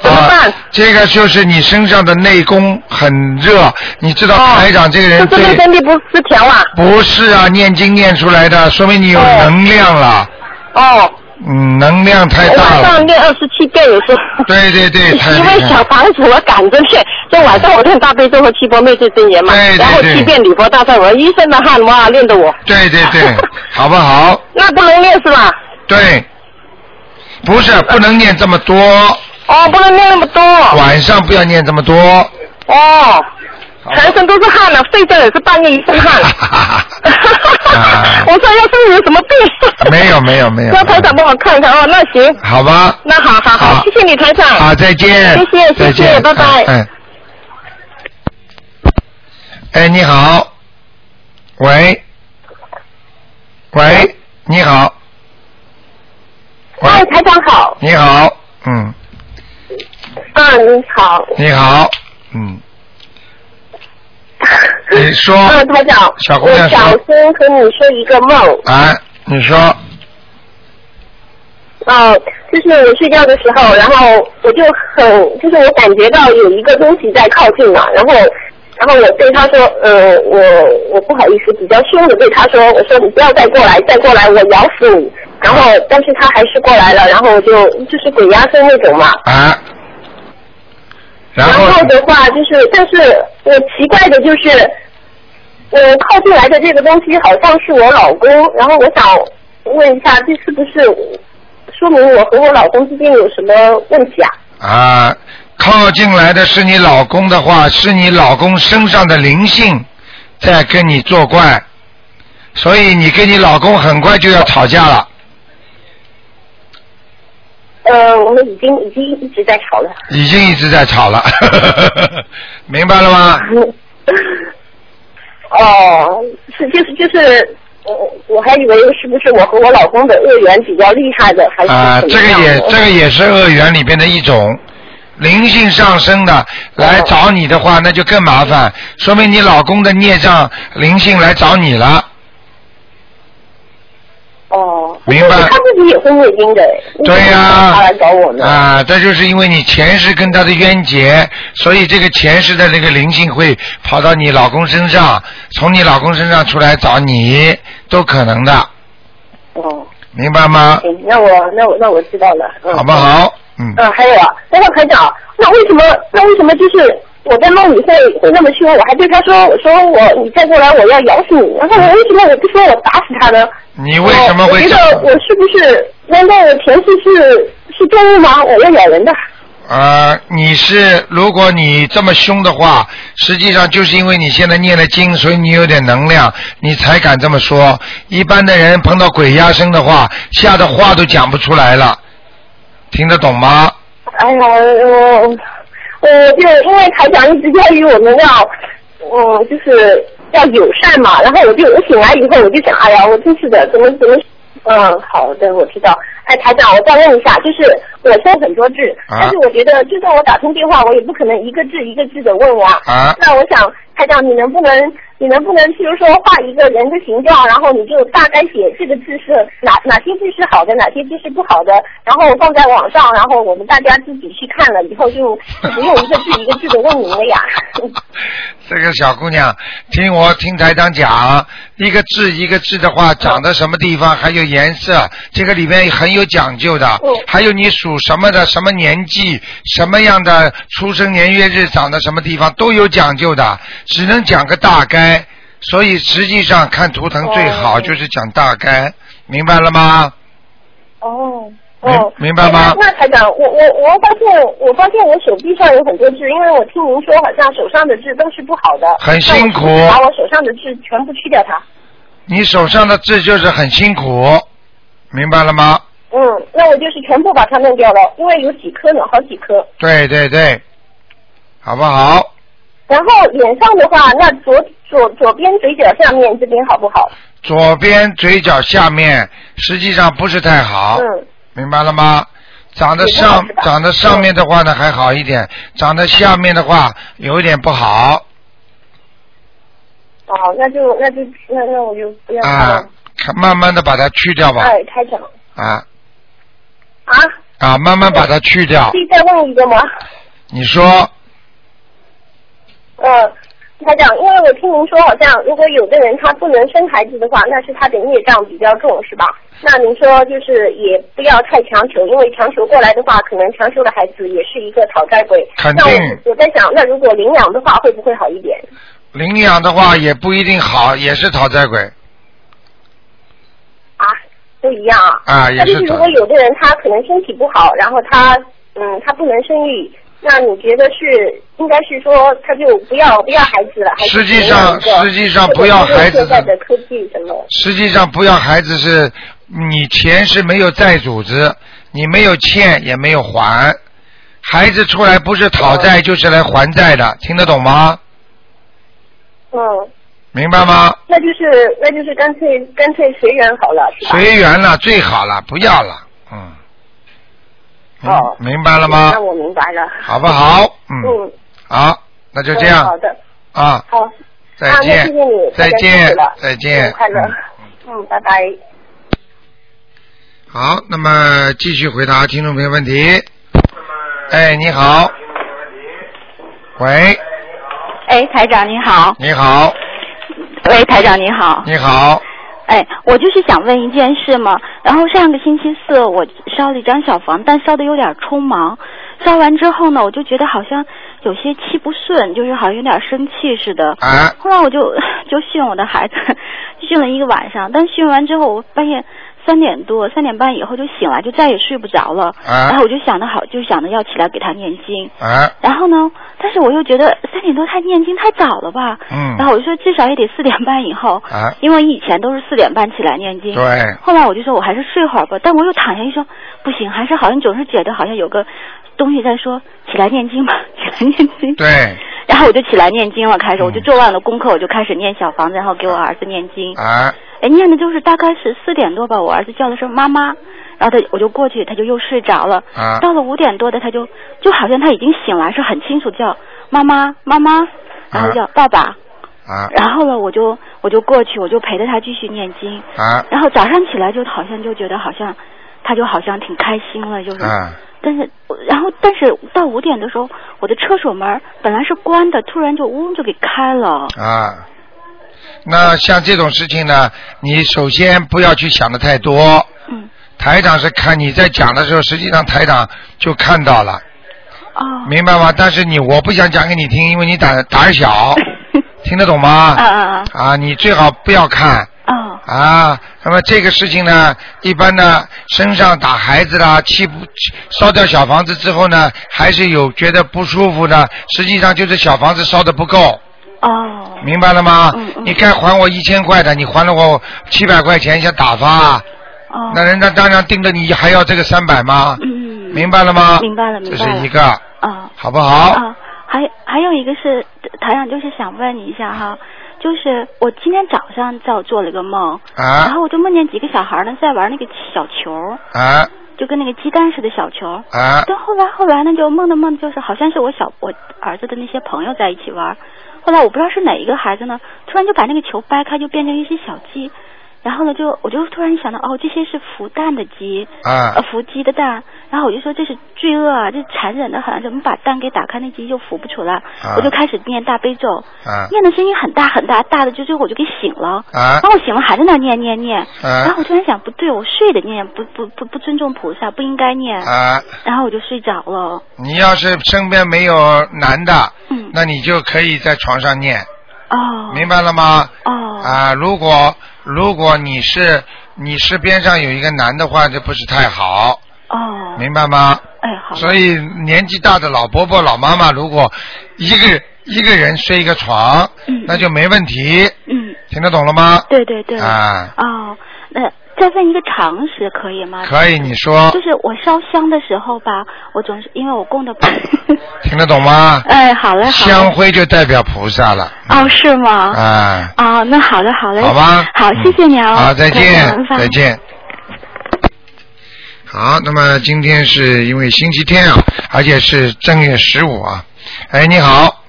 [SPEAKER 1] 啊，这个就是你身上的内功很热，你知道
[SPEAKER 3] 哦啊
[SPEAKER 1] 台长这个人
[SPEAKER 10] 就
[SPEAKER 1] 对
[SPEAKER 10] 是内分泌不失调啊。
[SPEAKER 1] 不是啊，念经念出来的，说明你有能量了。
[SPEAKER 10] 哦。
[SPEAKER 1] 嗯，能量太
[SPEAKER 10] 我
[SPEAKER 1] 大
[SPEAKER 10] 晚
[SPEAKER 1] 了。
[SPEAKER 10] 上念二十七遍有时候。
[SPEAKER 1] 对对对，太厉
[SPEAKER 10] 因为
[SPEAKER 1] 害
[SPEAKER 10] 小
[SPEAKER 1] 了。
[SPEAKER 10] 房子我赶着念，就晚上我念大悲咒和七波妹咒真言嘛，
[SPEAKER 1] 对对
[SPEAKER 10] 然后
[SPEAKER 1] 对
[SPEAKER 10] 七遍礼佛大忏悔文，一身的汗哇，练得我
[SPEAKER 1] 对对对， 好不好？
[SPEAKER 10] 那不能念是吧？
[SPEAKER 1] 对，不是不能念这么多，
[SPEAKER 10] 哦，不能念那么多。
[SPEAKER 1] 晚上不要念这么多。
[SPEAKER 10] 哦，全身都是汗了，睡觉也是半夜一身 汗。我说要是有什么病？
[SPEAKER 1] 啊 没有没有没有
[SPEAKER 10] 那台长帮我看一下哦，那行，
[SPEAKER 1] 好吧。
[SPEAKER 10] 那好好好，谢谢你台长。
[SPEAKER 1] 好，再见。
[SPEAKER 10] 谢谢
[SPEAKER 1] 再
[SPEAKER 10] 谢
[SPEAKER 1] 见
[SPEAKER 10] 谢，拜拜。
[SPEAKER 1] 嗯。嗯哎，你好。喂。喂，你好，
[SPEAKER 11] 哎，台长好，
[SPEAKER 1] 你好，嗯，
[SPEAKER 9] 你好，
[SPEAKER 1] 你好，嗯，你说，
[SPEAKER 9] 嗯，台长，
[SPEAKER 1] 小姑
[SPEAKER 9] 我
[SPEAKER 1] 娘
[SPEAKER 9] 想
[SPEAKER 1] 说，
[SPEAKER 9] 先和你说一个梦，
[SPEAKER 1] 哎，你说，
[SPEAKER 3] 啊
[SPEAKER 9] 嗯、就是我睡觉的时候，然后我就很，就是我感觉到有一个东西在靠近嘛，然后，然后我对他说，呃，我我不好意思，比较凶的对他说，我说你不要再过来，再过来我咬死你，然后，但是他还是过来了，然后我就就是鬼压身那种嘛，
[SPEAKER 1] 啊，然后
[SPEAKER 9] 后的话就是，但是我奇怪的就是，我靠近来的这个东西好像是我老公，然后我想问一下，这是不是说明我和我老公之间有什么问题啊？
[SPEAKER 1] 啊，靠近来的是你老公的话，是你老公身上的灵性在跟你作怪，所以你跟你老公很快就要吵架了，
[SPEAKER 9] 呃，我们已经已经一直在吵了。
[SPEAKER 1] 已经一直在吵了， 明白了吗？
[SPEAKER 9] 哦，是就是就是，我我还以为是不是我和我老公的恶缘比较厉害的，还是
[SPEAKER 1] 啊、
[SPEAKER 9] 怎
[SPEAKER 1] 这
[SPEAKER 9] 么
[SPEAKER 1] 个
[SPEAKER 9] 样
[SPEAKER 1] 也
[SPEAKER 9] 的
[SPEAKER 1] 这个也是恶缘里边的一种，灵性上升的来找你的话，那就更麻烦，说明你老公的孽障灵性来找你了。
[SPEAKER 9] 哦，
[SPEAKER 1] 明白
[SPEAKER 9] 他自己也会念经的，哎
[SPEAKER 1] 对呀、啊，
[SPEAKER 9] 他来找我呢。
[SPEAKER 1] 这就是因为你前世跟他的冤结，所以这个前世的那个灵性会跑到你老公身上，从你老公身上出来找你，都可能的，
[SPEAKER 9] 哦，
[SPEAKER 1] 明白吗？
[SPEAKER 9] 行，那我那我那我知道了，嗯，
[SPEAKER 1] 好不好？嗯，
[SPEAKER 9] 嗯，还有啊，那个台长，那为什么那为什么就是我在梦里会会那么凶？我还对他说，我说我你再过来我要咬死你，然后我为什么我不说我打死他呢？
[SPEAKER 1] 你为什么
[SPEAKER 9] 我
[SPEAKER 1] 会
[SPEAKER 9] 觉
[SPEAKER 1] 这样
[SPEAKER 9] 得我是不是难道我前世是是动物吗？我要咬人的。
[SPEAKER 1] 呃，你是如果你这么凶的话，实际上就是因为你现在念了经，所以你有点能量，你才敢这么说。一般的人碰到鬼压身的话，吓得话都讲不出来了，听得懂吗？
[SPEAKER 9] 哎呀，我我就因为台长一直教育我们要，嗯，就是要友善嘛。然后我就我醒来以后，我就想，哎呀，我真是的，怎么怎么，嗯，好的，我知道。哎，台长，我再问一下，就是我修很多字，
[SPEAKER 11] 啊
[SPEAKER 9] 但是我觉得，就算我打通电话，我也不可能一个字一个字的问呀。
[SPEAKER 11] 啊
[SPEAKER 9] 那我想，台长，你能不能，你能不能，譬如说画一个人的形状，然后你就大概写这个字是哪哪些字是好的，哪些字是不好的，然后放在网上，然后我们大家自己去看了以后就，就不用一个字一个字的问您了呀。
[SPEAKER 1] 这个小姑娘，听我听台长讲，一个痣一个痣的话，长在什么地方，还有颜色，这个里面很有讲究的。还有你属什么的，什么年纪，什么样的出生年月日，长在什么地方，都有讲究的，只能讲个大概。所以实际上看图腾最好，就是讲大概，明白了吗？
[SPEAKER 9] 哦。 哦，
[SPEAKER 1] 明明白吗
[SPEAKER 9] 那那台长，我我我发现，我发现我手臂上有很多痣，因为我听您说好像手上的痣都是不好的，
[SPEAKER 1] 很辛苦
[SPEAKER 9] 那我是不是把我手上的痣全部去掉它。
[SPEAKER 1] 你手上的痣就是很辛苦，明白了吗？
[SPEAKER 9] 嗯，那我就是全部把它弄掉了，因为有几颗呢，好几颗。
[SPEAKER 1] 对对对，好不好？
[SPEAKER 9] 然后脸上的话，那左左左边嘴角下面这边好不好？
[SPEAKER 1] 左边嘴角下面实际上不是太好，
[SPEAKER 9] 嗯
[SPEAKER 1] 明白了吗？长得上
[SPEAKER 9] 也不好是吧
[SPEAKER 1] 长得上面的话呢还好一点，长得下面的话有一点不好
[SPEAKER 9] 哦，那就那就那那我就不要看
[SPEAKER 1] 啊
[SPEAKER 9] 了。，
[SPEAKER 1] 看慢慢的把它去掉吧，
[SPEAKER 9] 嗯哎，台长
[SPEAKER 1] 啊
[SPEAKER 9] 啊，
[SPEAKER 1] 啊，慢慢把它去掉
[SPEAKER 9] 可。以再问一个吗？
[SPEAKER 1] 你说
[SPEAKER 9] 嗯，台长，因为我听您说好像，如果有的人他不能生孩子的话，那是他的孽障比较重，是吧？那您说就是也不要太强求，因为强求过来的话，可能强求的孩子也是一个讨债鬼。
[SPEAKER 1] 肯
[SPEAKER 9] 那
[SPEAKER 1] 定
[SPEAKER 9] 我我在想，那如果领养的话，会不会好一点？
[SPEAKER 1] 领养的话也不一定好，也是讨债鬼
[SPEAKER 9] 都啊一样啊。
[SPEAKER 1] 啊，也
[SPEAKER 9] 那就是是如
[SPEAKER 1] 讨
[SPEAKER 9] 果有的人他可能身体不好，然后他嗯他不能生育，那你觉得是应该是说他就不要不要孩子了？还是
[SPEAKER 1] 实际上
[SPEAKER 9] 怎么样一个
[SPEAKER 1] 实际上不要孩子
[SPEAKER 9] 或者是现在的科技什么？
[SPEAKER 1] 实际上不要孩子是你前世没有债组织，你没有欠也没有还，孩子出来不是讨债就是来还债的，听得懂吗？
[SPEAKER 9] 嗯，
[SPEAKER 1] 明白吗？
[SPEAKER 9] 那就是那就是干脆干脆随缘好了，是吧？
[SPEAKER 1] 随缘了最好了，不要了，嗯，嗯明白了吗
[SPEAKER 9] 那？我明白了。
[SPEAKER 1] 好不好？嗯，
[SPEAKER 9] 嗯，
[SPEAKER 1] 好，那就这样
[SPEAKER 9] 嗯好的，
[SPEAKER 1] 啊，
[SPEAKER 9] 好。
[SPEAKER 1] 再
[SPEAKER 9] 啊那
[SPEAKER 1] 见
[SPEAKER 9] 谢谢你，
[SPEAKER 1] 再
[SPEAKER 9] 大家辛
[SPEAKER 1] 见
[SPEAKER 9] 苦了，
[SPEAKER 1] 再见
[SPEAKER 9] 嗯快乐。嗯，拜拜。
[SPEAKER 1] 好，那么继续回答听众朋友问题。哎，你好。喂，
[SPEAKER 11] 哎，台长您好。
[SPEAKER 1] 你好，
[SPEAKER 11] 喂，台长您好。
[SPEAKER 1] 你好，
[SPEAKER 11] 哎，我就是想问一件事嘛。然后上个星期四我烧了一张小房，但烧的有点匆忙。烧完之后呢，我就觉得好像有些气不顺，就是好像有点生气似的。
[SPEAKER 1] 啊
[SPEAKER 11] 后来我就就训我的孩子，就训了一个晚上。但训完之后，我半夜三点多、三点半以后就醒来，就再也睡不着了。
[SPEAKER 1] 啊
[SPEAKER 11] 然后我就想着好，就想着要起来给他念经。
[SPEAKER 1] 哎，
[SPEAKER 11] 然后呢，但是我又觉得三点多他念经太早了吧，
[SPEAKER 1] 嗯
[SPEAKER 11] 然后我就说至少也得四点半以后，
[SPEAKER 1] 啊
[SPEAKER 11] 因为以前都是四点半起来念经，
[SPEAKER 1] 对
[SPEAKER 11] 后来我就说我还是睡会儿吧，但我又躺下一说不行，还是好像总是觉得好像有个东西在说起来念经吧， 起来念经。
[SPEAKER 1] 对，
[SPEAKER 11] 然后我就起来念经了，
[SPEAKER 1] 嗯
[SPEAKER 11] 开始我就做完了功课，我就开始念小房子，然后给我儿子念经。
[SPEAKER 1] 啊，
[SPEAKER 11] 哎，念的就是大概是四点多吧，我儿子叫了声妈妈，然后他我就过去，他就又睡着了。
[SPEAKER 1] 啊
[SPEAKER 11] 到了五点多的，他就就好像他已经醒来，是很清楚叫妈妈妈妈，然后叫爸爸，
[SPEAKER 1] 啊
[SPEAKER 11] 然后呢，我就我就过去，我就陪着他继续念经，
[SPEAKER 1] 啊
[SPEAKER 11] 然后早上起来就好像就觉得好像他就好像挺开心了，就是。
[SPEAKER 1] 啊
[SPEAKER 11] 但是，然后，但是到五点的时候，我的厕所门本来是关的，突然就嗡就给开了。
[SPEAKER 1] 啊。那像这种事情呢，你首先不要去想的太多。
[SPEAKER 11] 嗯。
[SPEAKER 1] 台长是看你在讲的时候，实际上台长就看到了。
[SPEAKER 11] 哦。
[SPEAKER 1] 明白吗？但是你我不想讲给你听，因为你胆胆儿 小，听得懂吗？
[SPEAKER 11] 啊啊
[SPEAKER 1] 啊，你最好不要看。
[SPEAKER 11] 啊
[SPEAKER 1] 啊，那么这个事情呢，一般呢，身上打孩子啦，气不气烧掉小房子之后呢，还是有觉得不舒服的，实际上就是小房子烧的不够，
[SPEAKER 11] 哦，
[SPEAKER 1] 明白了吗？
[SPEAKER 11] 嗯
[SPEAKER 1] 你该还我一千块的，你还了我七百块钱，想打发，
[SPEAKER 11] 哦，
[SPEAKER 1] 那人家当然盯着你还要这个三百吗？
[SPEAKER 11] 嗯，
[SPEAKER 1] 明白了吗？
[SPEAKER 11] 明白了，明
[SPEAKER 1] 这
[SPEAKER 11] 白
[SPEAKER 1] 是
[SPEAKER 11] 了。
[SPEAKER 1] 一个，
[SPEAKER 11] 啊，
[SPEAKER 1] 好不好？
[SPEAKER 11] 啊，还还有一个是台长，就是想问你一下哈，就是我今天早上在我做了个梦，
[SPEAKER 1] 啊
[SPEAKER 11] 然后我就梦见几个小孩呢在玩那个小球，
[SPEAKER 1] 啊
[SPEAKER 11] 就跟那个鸡蛋似的小球。
[SPEAKER 1] 啊
[SPEAKER 11] 但后来后来呢，就梦的梦就是好像是我小我儿子的那些朋友在一起玩，后来我不知道是哪一个孩子呢，突然就把那个球掰开，就变成一些小鸡。然后呢，就我就突然想到，哦，这些是孵蛋的鸡，
[SPEAKER 1] 啊
[SPEAKER 11] 呃，孵鸡的蛋。然后我就说这是罪恶啊，这残忍的很，怎么把蛋给打开，那鸡就孵不出来？
[SPEAKER 1] 啊
[SPEAKER 11] 我就开始念大悲咒，
[SPEAKER 1] 啊
[SPEAKER 11] 念的声音很大很大，大的就最后我就给醒了。
[SPEAKER 1] 啊
[SPEAKER 11] 然后我醒了还在那念念念，
[SPEAKER 1] 啊
[SPEAKER 11] 然后我突然想不对，我睡着念不不不不尊重菩萨，不应该念。
[SPEAKER 1] 啊！
[SPEAKER 11] 然后我就睡着了。
[SPEAKER 1] 你要是身边没有男的，
[SPEAKER 11] 嗯
[SPEAKER 1] 那你就可以在床上念，
[SPEAKER 11] 哦
[SPEAKER 1] 明白了吗？
[SPEAKER 11] 哦
[SPEAKER 1] 啊，如果如果你是你是边上有一个男的话，这不是太好，
[SPEAKER 11] 哦，
[SPEAKER 1] 明白吗？
[SPEAKER 11] 哎好。
[SPEAKER 1] 所以年纪大的老伯伯、老妈妈，如果一个一个人睡一个床，
[SPEAKER 11] 嗯
[SPEAKER 1] 那就没问题，
[SPEAKER 11] 嗯，
[SPEAKER 1] 听得懂了吗？
[SPEAKER 11] 对对对。
[SPEAKER 1] 啊，
[SPEAKER 11] 哦，那再问一个常识可以吗？
[SPEAKER 1] 可以你说
[SPEAKER 11] 就是我烧香的时候吧，我总是因为我 供的不，
[SPEAKER 1] 听得懂吗？
[SPEAKER 11] 哎，好嘞，好嘞。
[SPEAKER 1] 香灰就代表菩萨了，
[SPEAKER 11] 哦，是吗？
[SPEAKER 1] 啊，
[SPEAKER 11] 哦，那好嘞，好嘞。
[SPEAKER 1] 好吧嗯
[SPEAKER 11] 好，谢谢你啊。
[SPEAKER 1] 好，再
[SPEAKER 11] 感
[SPEAKER 1] 见
[SPEAKER 11] 恩，发
[SPEAKER 1] 再见。好，那么今天是因为星期天啊，而且是正月十五啊。哎，你好，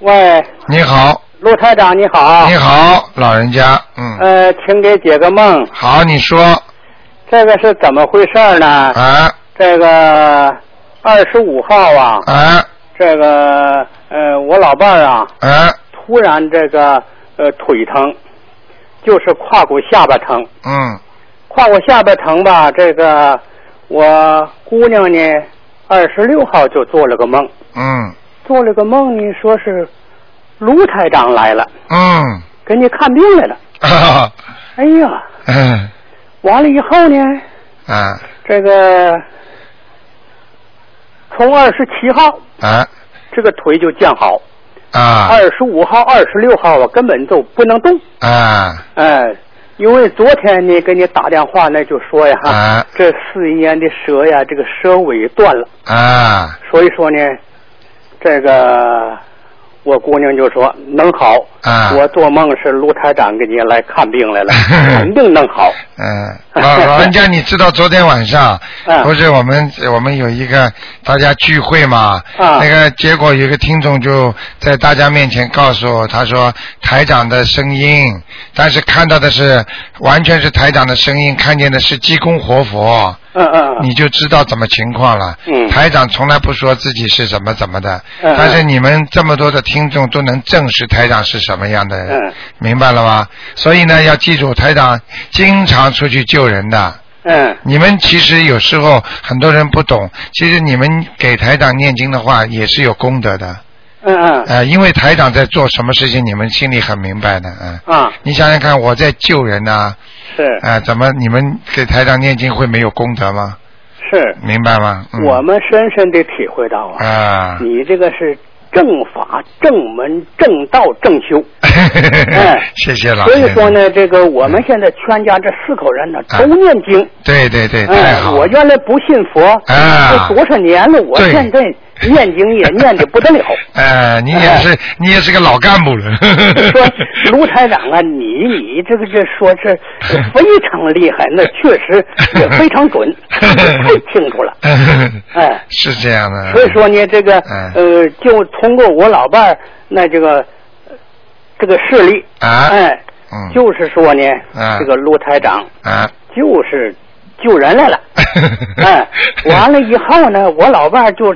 [SPEAKER 12] 喂，
[SPEAKER 1] 你好，
[SPEAKER 12] 陆台长你好。
[SPEAKER 1] 你。好，老人家，嗯，
[SPEAKER 12] 呃，请给解个梦，
[SPEAKER 1] 好，你说
[SPEAKER 12] 这个是怎么回事儿呢？
[SPEAKER 1] 啊
[SPEAKER 12] 这个二十五号啊，
[SPEAKER 1] 啊
[SPEAKER 12] 这个呃，我老伴儿啊，
[SPEAKER 1] 啊，
[SPEAKER 12] 突然这个呃腿疼，就是胯骨下巴疼，
[SPEAKER 1] 嗯
[SPEAKER 12] 胯骨下巴疼吧，这个我姑娘呢，二十六号就做了个梦，
[SPEAKER 1] 嗯
[SPEAKER 12] 做了个梦呢，说是卢台长来了，
[SPEAKER 1] 嗯，
[SPEAKER 12] 给你看病来了，
[SPEAKER 1] 啊哈
[SPEAKER 12] 哎呀。
[SPEAKER 1] 哈，
[SPEAKER 12] 完了以后呢，
[SPEAKER 1] 啊
[SPEAKER 12] 这个从二十七号
[SPEAKER 1] 啊
[SPEAKER 12] 这个腿就降好，
[SPEAKER 1] 啊
[SPEAKER 12] 二十五号、二十六号啊根本就不能动，
[SPEAKER 1] 啊
[SPEAKER 12] 哎，因为昨天呢给你打电话那就说呀，
[SPEAKER 1] 啊
[SPEAKER 12] 这四一年的蛇呀，这个蛇尾断了，
[SPEAKER 1] 啊
[SPEAKER 12] 所以说呢，这个我姑娘就说能好，
[SPEAKER 1] 啊
[SPEAKER 12] 我做梦是卢台长给您来看 病来了，肯定能好。
[SPEAKER 1] 嗯，老老人家，你知道昨天晚 上
[SPEAKER 12] 嗯
[SPEAKER 1] 不是我们我们有一个大家聚会嘛？
[SPEAKER 12] 啊
[SPEAKER 1] 那个结果有一个听众就在大家面前告诉我，他说台长的声音，但是看到的是完全是台长的声音，看见的是济公活佛。
[SPEAKER 12] 嗯嗯
[SPEAKER 1] 你就知道怎么情况了。
[SPEAKER 12] 嗯
[SPEAKER 1] 台长从来不说自己是怎么怎么的，
[SPEAKER 12] 嗯嗯
[SPEAKER 1] 但是你们这么多的听众都能证实台长是什么样的人，
[SPEAKER 12] 嗯
[SPEAKER 1] 明白了吧？所以呢，要记住台长经常出去救人的。
[SPEAKER 12] 嗯
[SPEAKER 1] 你们其实有时候很多人不懂，其实你们给台长念经的话也是有功德的，
[SPEAKER 12] 嗯嗯
[SPEAKER 1] 呃，因为台长在做什么事情，你们心里很明白的，嗯、
[SPEAKER 12] 啊，
[SPEAKER 1] 你想想看，我在救人呐、啊，
[SPEAKER 12] 是
[SPEAKER 1] 怎么你们给台长念经会没有功德吗？
[SPEAKER 12] 是，
[SPEAKER 1] 明白吗？嗯、
[SPEAKER 12] 我们深深的体会到啊，
[SPEAKER 1] 啊，
[SPEAKER 12] 你这个是正法、正门、正道、正 修。
[SPEAKER 1] 谢谢老
[SPEAKER 12] 嗯所以
[SPEAKER 1] 先
[SPEAKER 12] 说
[SPEAKER 1] 生。嗯
[SPEAKER 12] 呢，这个我们现在全家这四口人呢都念经。
[SPEAKER 1] 对对对，太
[SPEAKER 12] 哎
[SPEAKER 1] 好，，
[SPEAKER 12] 我原来不信佛，
[SPEAKER 1] 啊
[SPEAKER 12] 这多少年了，我
[SPEAKER 1] 对
[SPEAKER 12] 现在念经也念的不得 了。
[SPEAKER 1] 哎，你也是你也是个老干部了，
[SPEAKER 12] 说卢台长啊，你你这个这说这非常厉害，那确实也非常 准，太清楚了。哎，
[SPEAKER 1] 是这样的。
[SPEAKER 12] 所以说呢，这个
[SPEAKER 1] 嗯
[SPEAKER 12] 呃，就通过我老伴儿那这个呃这个事例，
[SPEAKER 1] 啊
[SPEAKER 12] 哎，
[SPEAKER 1] 嗯
[SPEAKER 12] 就是说呢，
[SPEAKER 1] 嗯
[SPEAKER 12] 这个卢台长
[SPEAKER 1] 啊，
[SPEAKER 12] 就是救 人来了。哎，完了以后呢，我老伴儿就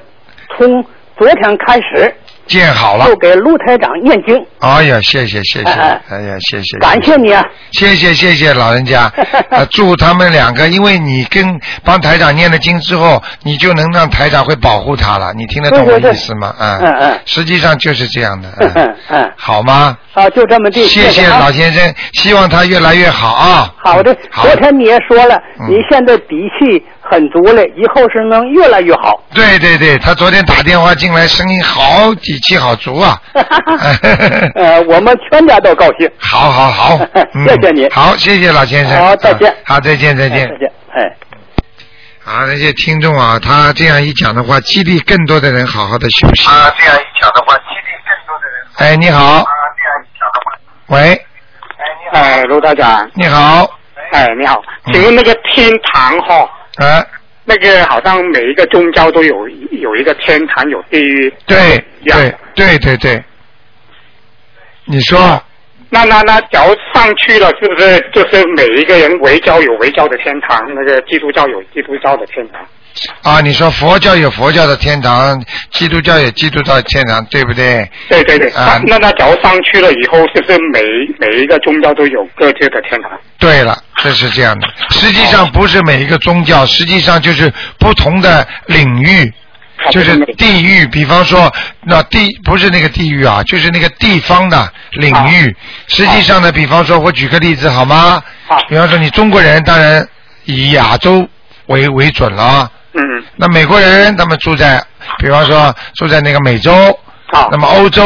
[SPEAKER 12] 从昨天开始
[SPEAKER 1] 见好了
[SPEAKER 12] 就。给卢台长念经，
[SPEAKER 1] 哎呀，谢谢谢谢，
[SPEAKER 12] 哎
[SPEAKER 1] 哎呀，谢谢，
[SPEAKER 12] 感谢你啊。
[SPEAKER 1] 谢谢谢谢老人 家，啊祝他们两个，因为你跟帮台长念了经之后，你就能让台长会保护他了，你听得懂我
[SPEAKER 12] 对对
[SPEAKER 1] 意
[SPEAKER 12] 对
[SPEAKER 1] 思吗？啊，
[SPEAKER 12] 嗯嗯
[SPEAKER 1] 实际上就是这样的，嗯，
[SPEAKER 12] 嗯 嗯，
[SPEAKER 1] 好吗？
[SPEAKER 12] 好，就这么地。
[SPEAKER 1] 谢谢
[SPEAKER 12] 谢啊
[SPEAKER 1] 老先生，希望他越来越好啊。
[SPEAKER 12] 好的，昨天你也说了，
[SPEAKER 1] 嗯
[SPEAKER 12] 你现在底气很足了，以后是能越来 越好。
[SPEAKER 1] 对对对，他昨天打电话进来，声音好底气好足啊。
[SPEAKER 12] 呃，我们全家都高兴。
[SPEAKER 1] 好好 好，嗯
[SPEAKER 12] 谢谢你
[SPEAKER 1] 好，谢谢老先生。
[SPEAKER 12] 好再见
[SPEAKER 1] 啊好，再见，再见。
[SPEAKER 12] 再见，哎。
[SPEAKER 1] 啊，那些听众啊，他这样一讲的话，激励更多的人好好的休息。啊，这样一讲的话，激励更多的人。哎，你好。啊，这样一讲的话。喂，
[SPEAKER 13] 哎，卢台长，
[SPEAKER 1] 你好。
[SPEAKER 13] 哎，你好，请问那个天堂哈、
[SPEAKER 1] 嗯啊，
[SPEAKER 13] 那个好像每一个宗教都有有一个天堂，有地狱。
[SPEAKER 1] 对对对对对，你说
[SPEAKER 13] 那那那，假如上去了，是不是就是每一个人围教有围教的天堂，那个基督教有基督教的天堂？
[SPEAKER 1] 啊，你说佛教有佛教的天堂，基督教有基督教的天堂，对不对？
[SPEAKER 13] 对对对，
[SPEAKER 1] 啊
[SPEAKER 13] 那那假如上去了以后，是不是每每一个宗教都有各自的天堂？
[SPEAKER 1] 对了，这是这样的。实际上不是每一个宗教，实际上就是不同的领域，就是地域。比方说，那地不是那个地域啊，就是那个地方的领域。实际上呢，比方说，我举个例子好吗？比方说，你中国人当然以亚洲为为准了啊。
[SPEAKER 13] 嗯。
[SPEAKER 1] 那美国人他们住在，比方说住在那个美洲，
[SPEAKER 13] 啊
[SPEAKER 1] 那么欧洲，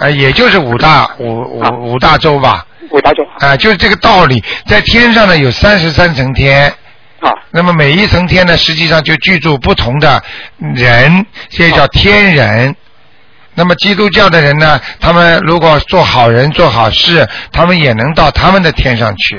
[SPEAKER 1] 呃，也就是五大五五五大洲吧。
[SPEAKER 13] 五大洲。
[SPEAKER 1] 啊、就是这个道理。在天上呢有三十三层天。
[SPEAKER 13] 啊。
[SPEAKER 1] 那么每一层天呢，实际上就居住不同的
[SPEAKER 13] 啊
[SPEAKER 1] 人，这叫天人。那么基督教的人呢，他们如果做好人做好事，他们也能到他们的天上去，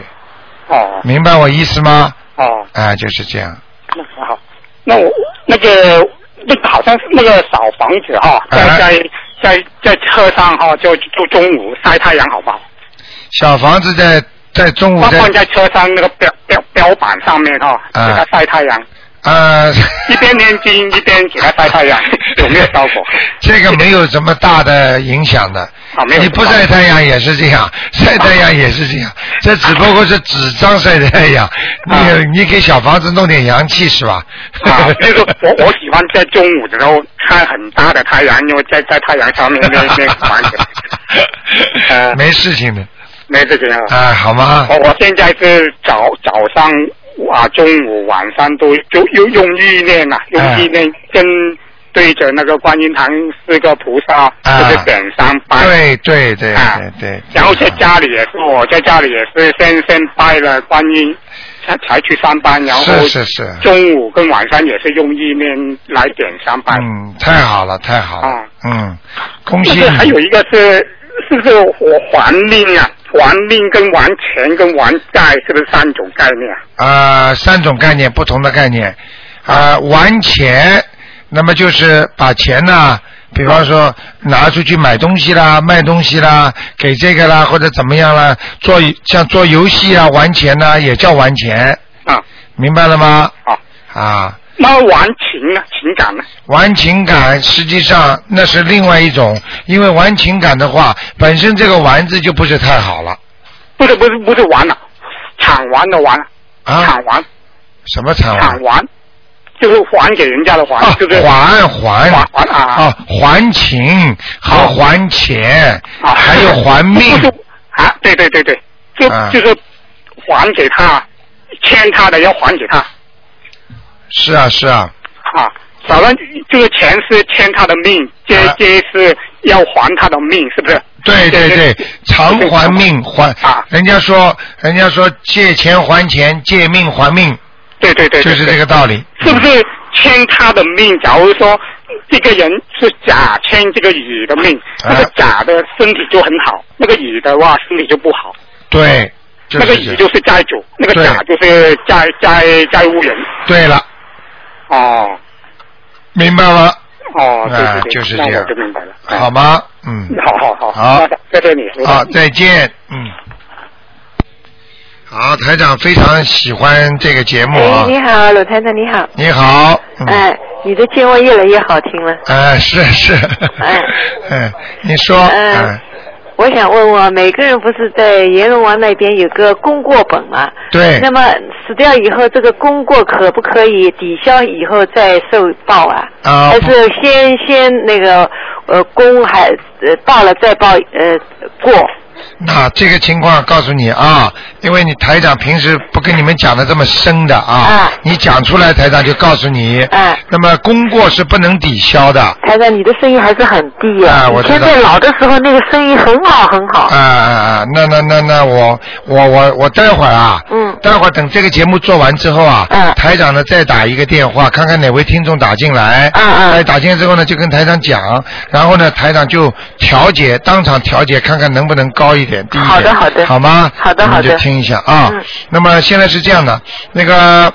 [SPEAKER 13] 哦
[SPEAKER 1] 明白我意思吗？
[SPEAKER 13] 哦，
[SPEAKER 1] 啊、就是这样。
[SPEAKER 13] 那很好。那我那个那个好像是那个扫房子哈、在在在在车上哈、就就中午晒太阳好不好？
[SPEAKER 1] 小房子在在中午
[SPEAKER 13] 放
[SPEAKER 1] 在
[SPEAKER 13] 放在车上那个标标标板上面哈、
[SPEAKER 1] 啊
[SPEAKER 13] 给它晒太阳，
[SPEAKER 1] 呃，
[SPEAKER 13] 一边念经一边给它晒太阳，有没有效果？
[SPEAKER 1] 这个没有什么大的影响的。
[SPEAKER 13] 啊没有
[SPEAKER 1] 你不晒太阳也是这样，晒太阳也是这
[SPEAKER 13] 啊
[SPEAKER 1] 样，这只不过是纸张晒太阳。你你给小房子弄点阳气是吧？
[SPEAKER 13] 啊， 就是我我喜欢在中午的时候晒很大的太阳，因为在在太阳上面那那个房子，啊
[SPEAKER 1] 没事情的，
[SPEAKER 13] 没事情啊。
[SPEAKER 1] 哎，好吗？
[SPEAKER 13] 我我现在是早早上啊，中午晚上都就用用意念啊，用意念跟对着那个观音堂四个菩萨，
[SPEAKER 1] 啊
[SPEAKER 13] 就是点香拜。
[SPEAKER 1] 对对对
[SPEAKER 13] 啊
[SPEAKER 1] 对对，
[SPEAKER 13] 然后在家里也是，我在家里也是先先拜了观音，才才去上班，然后
[SPEAKER 1] 是是是，
[SPEAKER 13] 中午跟晚上也是用意念来点香拜。啊
[SPEAKER 1] 嗯，太好了太好了，嗯，恭喜
[SPEAKER 13] 但是还有
[SPEAKER 1] 你。
[SPEAKER 13] 一个是是不是我还命啊？还命跟还钱跟还债是不是三种概念啊？
[SPEAKER 1] 啊、三种概念，不同的概念。啊、还钱，那么就是把钱呢、比方说拿出去买东西啦、卖东西啦、给这个啦或者怎么样啦，做像做游戏啊、玩钱呐、也叫还钱。
[SPEAKER 13] 啊，
[SPEAKER 1] 明白了吗？啊啊，
[SPEAKER 13] 那还情呢？情感呢？
[SPEAKER 1] 玩情感实际上那是另外一种，因为玩情感的话，本身这个“玩”字就不是太好了。
[SPEAKER 13] 不是不是不是玩了，抢完的完，
[SPEAKER 1] 啊，
[SPEAKER 13] 抢完
[SPEAKER 1] 什么惨玩？
[SPEAKER 13] 抢完，就是还给人家的还，就是
[SPEAKER 1] 啊哦还还
[SPEAKER 13] 还还啊
[SPEAKER 1] 啊，还情，好还钱，还有还命
[SPEAKER 13] 啊！对对对对，啊就、
[SPEAKER 1] 啊
[SPEAKER 13] 就是还给他，欠他的要还给他
[SPEAKER 1] 是啊是啊，
[SPEAKER 13] 啊。反正这个钱是欠他的命，接
[SPEAKER 1] 嗯
[SPEAKER 13] 接是要还他的命，是不是？啊
[SPEAKER 1] 对对
[SPEAKER 13] 这
[SPEAKER 1] 对，偿还命还，人家说人家说借钱还钱，借命还命，
[SPEAKER 13] 对对对，对
[SPEAKER 1] 就是这个道理。
[SPEAKER 13] 是不是欠他的命？假如说这个人是甲欠这个乙的命，
[SPEAKER 1] 嗯哎
[SPEAKER 13] 那个甲的身体就很好，那个乙的话身体就不好。
[SPEAKER 1] 对，就
[SPEAKER 13] 那个
[SPEAKER 1] 是这
[SPEAKER 13] 乙
[SPEAKER 1] 样
[SPEAKER 13] 就是债主，那个
[SPEAKER 1] 对
[SPEAKER 13] 甲就是债债债务人。
[SPEAKER 1] 对了，
[SPEAKER 13] 哦
[SPEAKER 1] 明白了，
[SPEAKER 13] 哦，对
[SPEAKER 1] 啊
[SPEAKER 13] 对对，
[SPEAKER 1] 就是
[SPEAKER 13] 那
[SPEAKER 1] 这样
[SPEAKER 13] 我就明白了。
[SPEAKER 1] 好吗？嗯，
[SPEAKER 13] 好好好，
[SPEAKER 1] 好，
[SPEAKER 13] 谢谢你。
[SPEAKER 1] 好，再见，嗯。好，台长非常喜欢这个节目啊
[SPEAKER 14] 哎，！你好，鲁台长，你好。
[SPEAKER 1] 你好，嗯
[SPEAKER 14] 哎，你的节目越来越好听 了。哎
[SPEAKER 1] 哎，是是，嗯，你说，
[SPEAKER 14] 呃
[SPEAKER 1] 嗯，
[SPEAKER 14] 我想问问，每个人不是在阎罗王那边有个功过本吗？
[SPEAKER 1] 对
[SPEAKER 14] 那么死掉以后，这个功过可不可以抵消以后再受报啊？
[SPEAKER 1] 啊
[SPEAKER 14] 还是先先那个呃功还呃报了再报呃过？
[SPEAKER 1] 那这个情况告诉你啊，因为你台长平时不跟你们讲的这么深的啊，你讲出来台长就告诉你。那么功过是不能抵消的。
[SPEAKER 14] 台长，你的声音还是很低
[SPEAKER 1] 啊我
[SPEAKER 14] 你现
[SPEAKER 1] 知道
[SPEAKER 14] 在老的时候那个声音很好很好。
[SPEAKER 1] 啊啊啊！那那那那我我我我待会儿啊，嗯，待会儿等这个节目做完之后啊，嗯，台长呢再打一个电话，看看哪位听众打进来，嗯嗯，哎，打进来之后呢就跟台长讲，然后呢台长就调解，当场调解，看看能不能高一点，低一点，
[SPEAKER 14] 好的好的
[SPEAKER 1] 好吗？
[SPEAKER 14] 好的
[SPEAKER 1] 你们
[SPEAKER 14] 好的
[SPEAKER 1] 就听一下啊。
[SPEAKER 14] 嗯
[SPEAKER 1] 那么现在是这样的，那个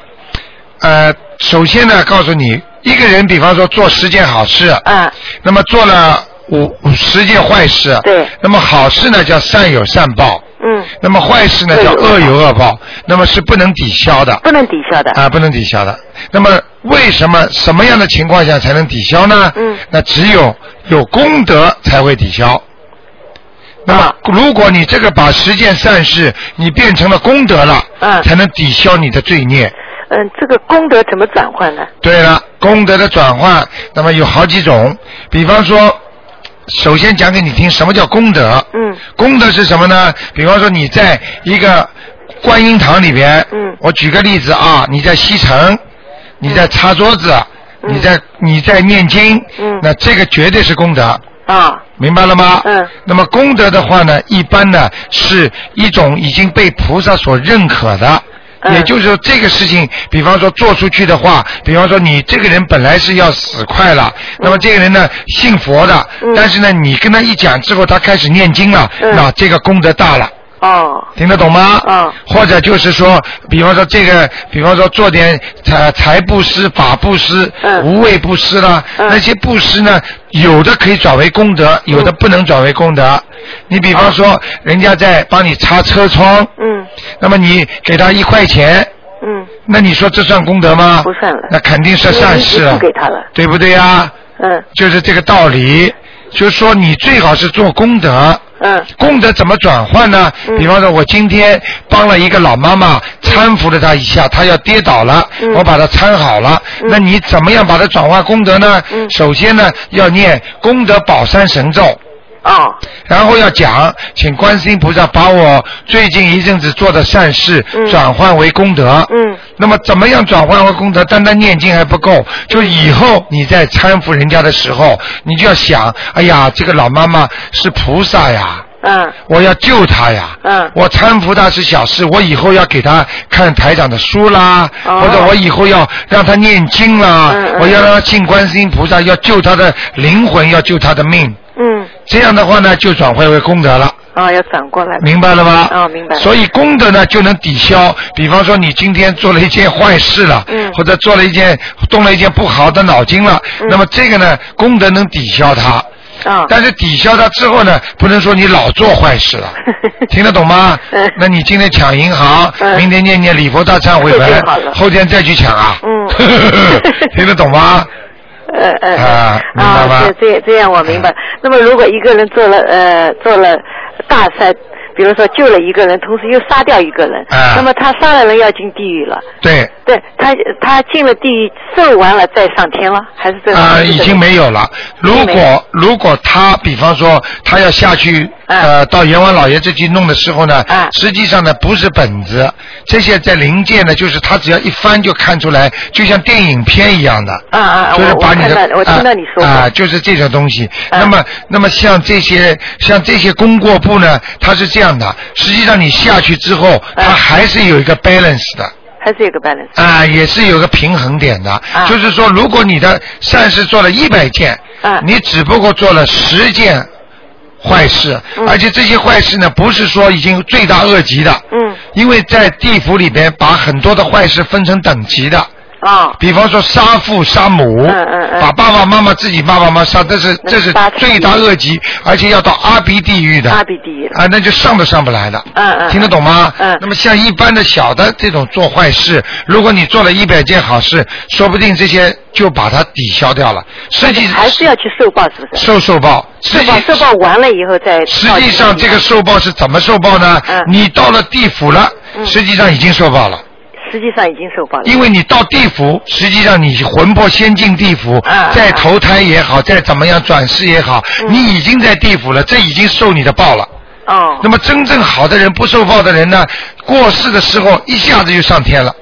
[SPEAKER 1] 呃，首先呢，告诉你，一个人比方说做十件好事，
[SPEAKER 14] 嗯，
[SPEAKER 1] 那么做了五五十件坏事，对，那么好事呢叫善有善报，
[SPEAKER 14] 嗯，
[SPEAKER 1] 那么坏事呢叫恶有恶报，那么是不能抵消的，
[SPEAKER 14] 不能抵消的
[SPEAKER 1] 啊，不能抵消的。那么为什么什么样的情况下才能抵消呢？嗯，那只有有功德才会抵消。那么，如果你这个把十件善事你变成了功德了，
[SPEAKER 14] 嗯
[SPEAKER 1] 才能抵消你的罪孽。
[SPEAKER 14] 嗯，这个功德怎么转换呢？
[SPEAKER 1] 对了，功德的转换，那么有好几种，比方说，首先讲给你听什么叫功德。
[SPEAKER 14] 嗯。
[SPEAKER 1] 功德是什么呢？比方说你在一个观音堂里边，
[SPEAKER 14] 嗯，
[SPEAKER 1] 我举个例子啊，你在西城，你在擦桌子，你在你在念经，
[SPEAKER 14] 嗯
[SPEAKER 1] 那这个绝对是功德。
[SPEAKER 14] 啊，
[SPEAKER 1] 明白了吗？
[SPEAKER 14] 嗯。
[SPEAKER 1] 那么功德的话呢，一般呢是一种已经被菩萨所认可的。
[SPEAKER 14] 嗯
[SPEAKER 1] 也就是说，这个事情，比方说做出去的话，比方说你这个人本来是要死快了，
[SPEAKER 14] 嗯
[SPEAKER 1] 那么这个人呢信佛的，但是呢你跟他一讲之后，他开始念经了，
[SPEAKER 14] 嗯
[SPEAKER 1] 那这个功德大了。
[SPEAKER 14] 哦，
[SPEAKER 1] 听得懂吗？
[SPEAKER 14] 嗯
[SPEAKER 1] 啊，或者就是说，比方说这个，比方说做点财财布施、法布施、
[SPEAKER 14] 嗯
[SPEAKER 1] 无畏布施啦，那些布施呢，有的可以转为功德，
[SPEAKER 14] 嗯
[SPEAKER 1] 有的不能转为功德。你比方说，人家在帮你擦车窗，
[SPEAKER 14] 嗯，
[SPEAKER 1] 那么你给他一块钱，
[SPEAKER 14] 嗯，
[SPEAKER 1] 那你说这算功德吗？
[SPEAKER 14] 不算了，
[SPEAKER 1] 那肯定是善事
[SPEAKER 14] 不
[SPEAKER 1] 了，
[SPEAKER 14] 给他了。
[SPEAKER 1] 对不对呀、
[SPEAKER 14] 嗯
[SPEAKER 1] 就是这个道理。就是说，你最好是做功德。
[SPEAKER 14] 嗯。
[SPEAKER 1] 功德怎么转换呢？比方说，我今天帮了一个老妈
[SPEAKER 14] 嗯
[SPEAKER 1] 妈，搀扶了她一下，她要跌倒了，我把她搀好了。
[SPEAKER 14] 嗯
[SPEAKER 1] 那你怎么样把它转化功德呢？首先呢，要念功德宝山神咒。
[SPEAKER 14] 哦，
[SPEAKER 1] 然后要讲，请观世音菩萨把我最近一阵子做的善事转换为功德。
[SPEAKER 14] 嗯，
[SPEAKER 1] 那么怎么样转换为功德？单单念经还不够，就以后你在搀扶人家的时候，你就要想，哎呀，这个老妈妈是菩萨呀，
[SPEAKER 14] 嗯
[SPEAKER 1] 我要救她呀。
[SPEAKER 14] 嗯
[SPEAKER 1] 我搀扶她是小事，我以后要给她看台长的书啦，
[SPEAKER 14] 哦
[SPEAKER 1] 或者我以后要让她念经啦，
[SPEAKER 14] 嗯嗯
[SPEAKER 1] 我要让她信观世音菩萨，要救她的灵魂，要救她的命。
[SPEAKER 14] 嗯
[SPEAKER 1] 这样的话呢，就转化为功德了。
[SPEAKER 14] 啊，要转过来。
[SPEAKER 1] 明白了吗？
[SPEAKER 14] 啊，明白了。
[SPEAKER 1] 所以功德呢就能抵消，比方说你今天做了一件坏事了，
[SPEAKER 14] 嗯
[SPEAKER 1] 或者做了一件动了一件不好的脑筋了，那么这个呢功德能抵消它。
[SPEAKER 14] 啊。
[SPEAKER 1] 但是抵消它之后呢，不能说你老做坏事 了，听得懂吗？
[SPEAKER 14] 嗯
[SPEAKER 1] 那你今天抢银行，明天念念礼佛大忏悔
[SPEAKER 14] 后
[SPEAKER 1] 文
[SPEAKER 14] 天嗯好，了嗯
[SPEAKER 1] 后天再去抢啊。 听得懂 吗？
[SPEAKER 14] 呃呃
[SPEAKER 1] 啊，明白吗？啊
[SPEAKER 14] 啊，这这这样我明白。那么如果一个人做了呃做了大善，比如说救了一个人，同时又杀掉一个人，
[SPEAKER 1] 啊
[SPEAKER 14] 那么他杀了人要进地狱了。
[SPEAKER 1] 对。
[SPEAKER 14] 对他，他进了地狱，受完了再上天了，还是这个？
[SPEAKER 1] 啊、已经没有了。如果如果他，比方说他要下去，
[SPEAKER 14] 嗯
[SPEAKER 1] 呃，到阎王老爷这去弄的时候呢，实际上呢不是本子，这些在临界呢，就是他只要一翻就看出来，就像电影片一样的。
[SPEAKER 14] 啊啊！
[SPEAKER 1] 就是
[SPEAKER 14] 我
[SPEAKER 1] 把
[SPEAKER 14] 我
[SPEAKER 1] 你
[SPEAKER 14] 看
[SPEAKER 1] 的
[SPEAKER 14] 到，我听到你说过。嗯
[SPEAKER 1] 啊、就是这种东西。那么，那么像这些像这些功过簿呢，它是这样的，实际上你下去之后，
[SPEAKER 14] 嗯
[SPEAKER 1] 它还是有一个 balance 的。
[SPEAKER 14] 还是有个 balance。
[SPEAKER 1] 啊，也是有个平衡点的，就是说，如果你的善事做了一百件，你只不过做了十件坏事，而且这些坏事呢，不是说已经罪大恶极的，
[SPEAKER 14] 嗯，
[SPEAKER 1] 因为在地府里边把很多的坏事分成等级的。
[SPEAKER 14] 啊，嗯
[SPEAKER 1] 比方说杀父杀母，把爸爸妈妈自己爸爸妈妈杀，这是这是罪大恶极，而且要到阿鼻地狱的。
[SPEAKER 14] 阿鼻地狱
[SPEAKER 1] 啊，那就上都上不来的。
[SPEAKER 14] 嗯嗯
[SPEAKER 1] 听得懂吗？嗯。那么像一般的小的这种做坏事，如果你做了一百件好事，说不定这些就把它抵消掉了。实际
[SPEAKER 14] 还是要去受报，是不是？
[SPEAKER 1] 受受报，实
[SPEAKER 14] 受
[SPEAKER 1] 际
[SPEAKER 14] 报受报完了以后再。
[SPEAKER 1] 实际上这个受报是怎么受报呢？
[SPEAKER 14] 嗯
[SPEAKER 1] 你到了地府了，实际上已经受报了。
[SPEAKER 14] 实际上已经受报了。
[SPEAKER 1] 因为你到地府，实际上你魂魄先进地府，再投胎也好，再怎么样转世也好，你已经在地府了，这已经受你的报了。
[SPEAKER 14] 哦。
[SPEAKER 1] 那么真正好的人，不受报的人呢，过世的时候一下子就上天了。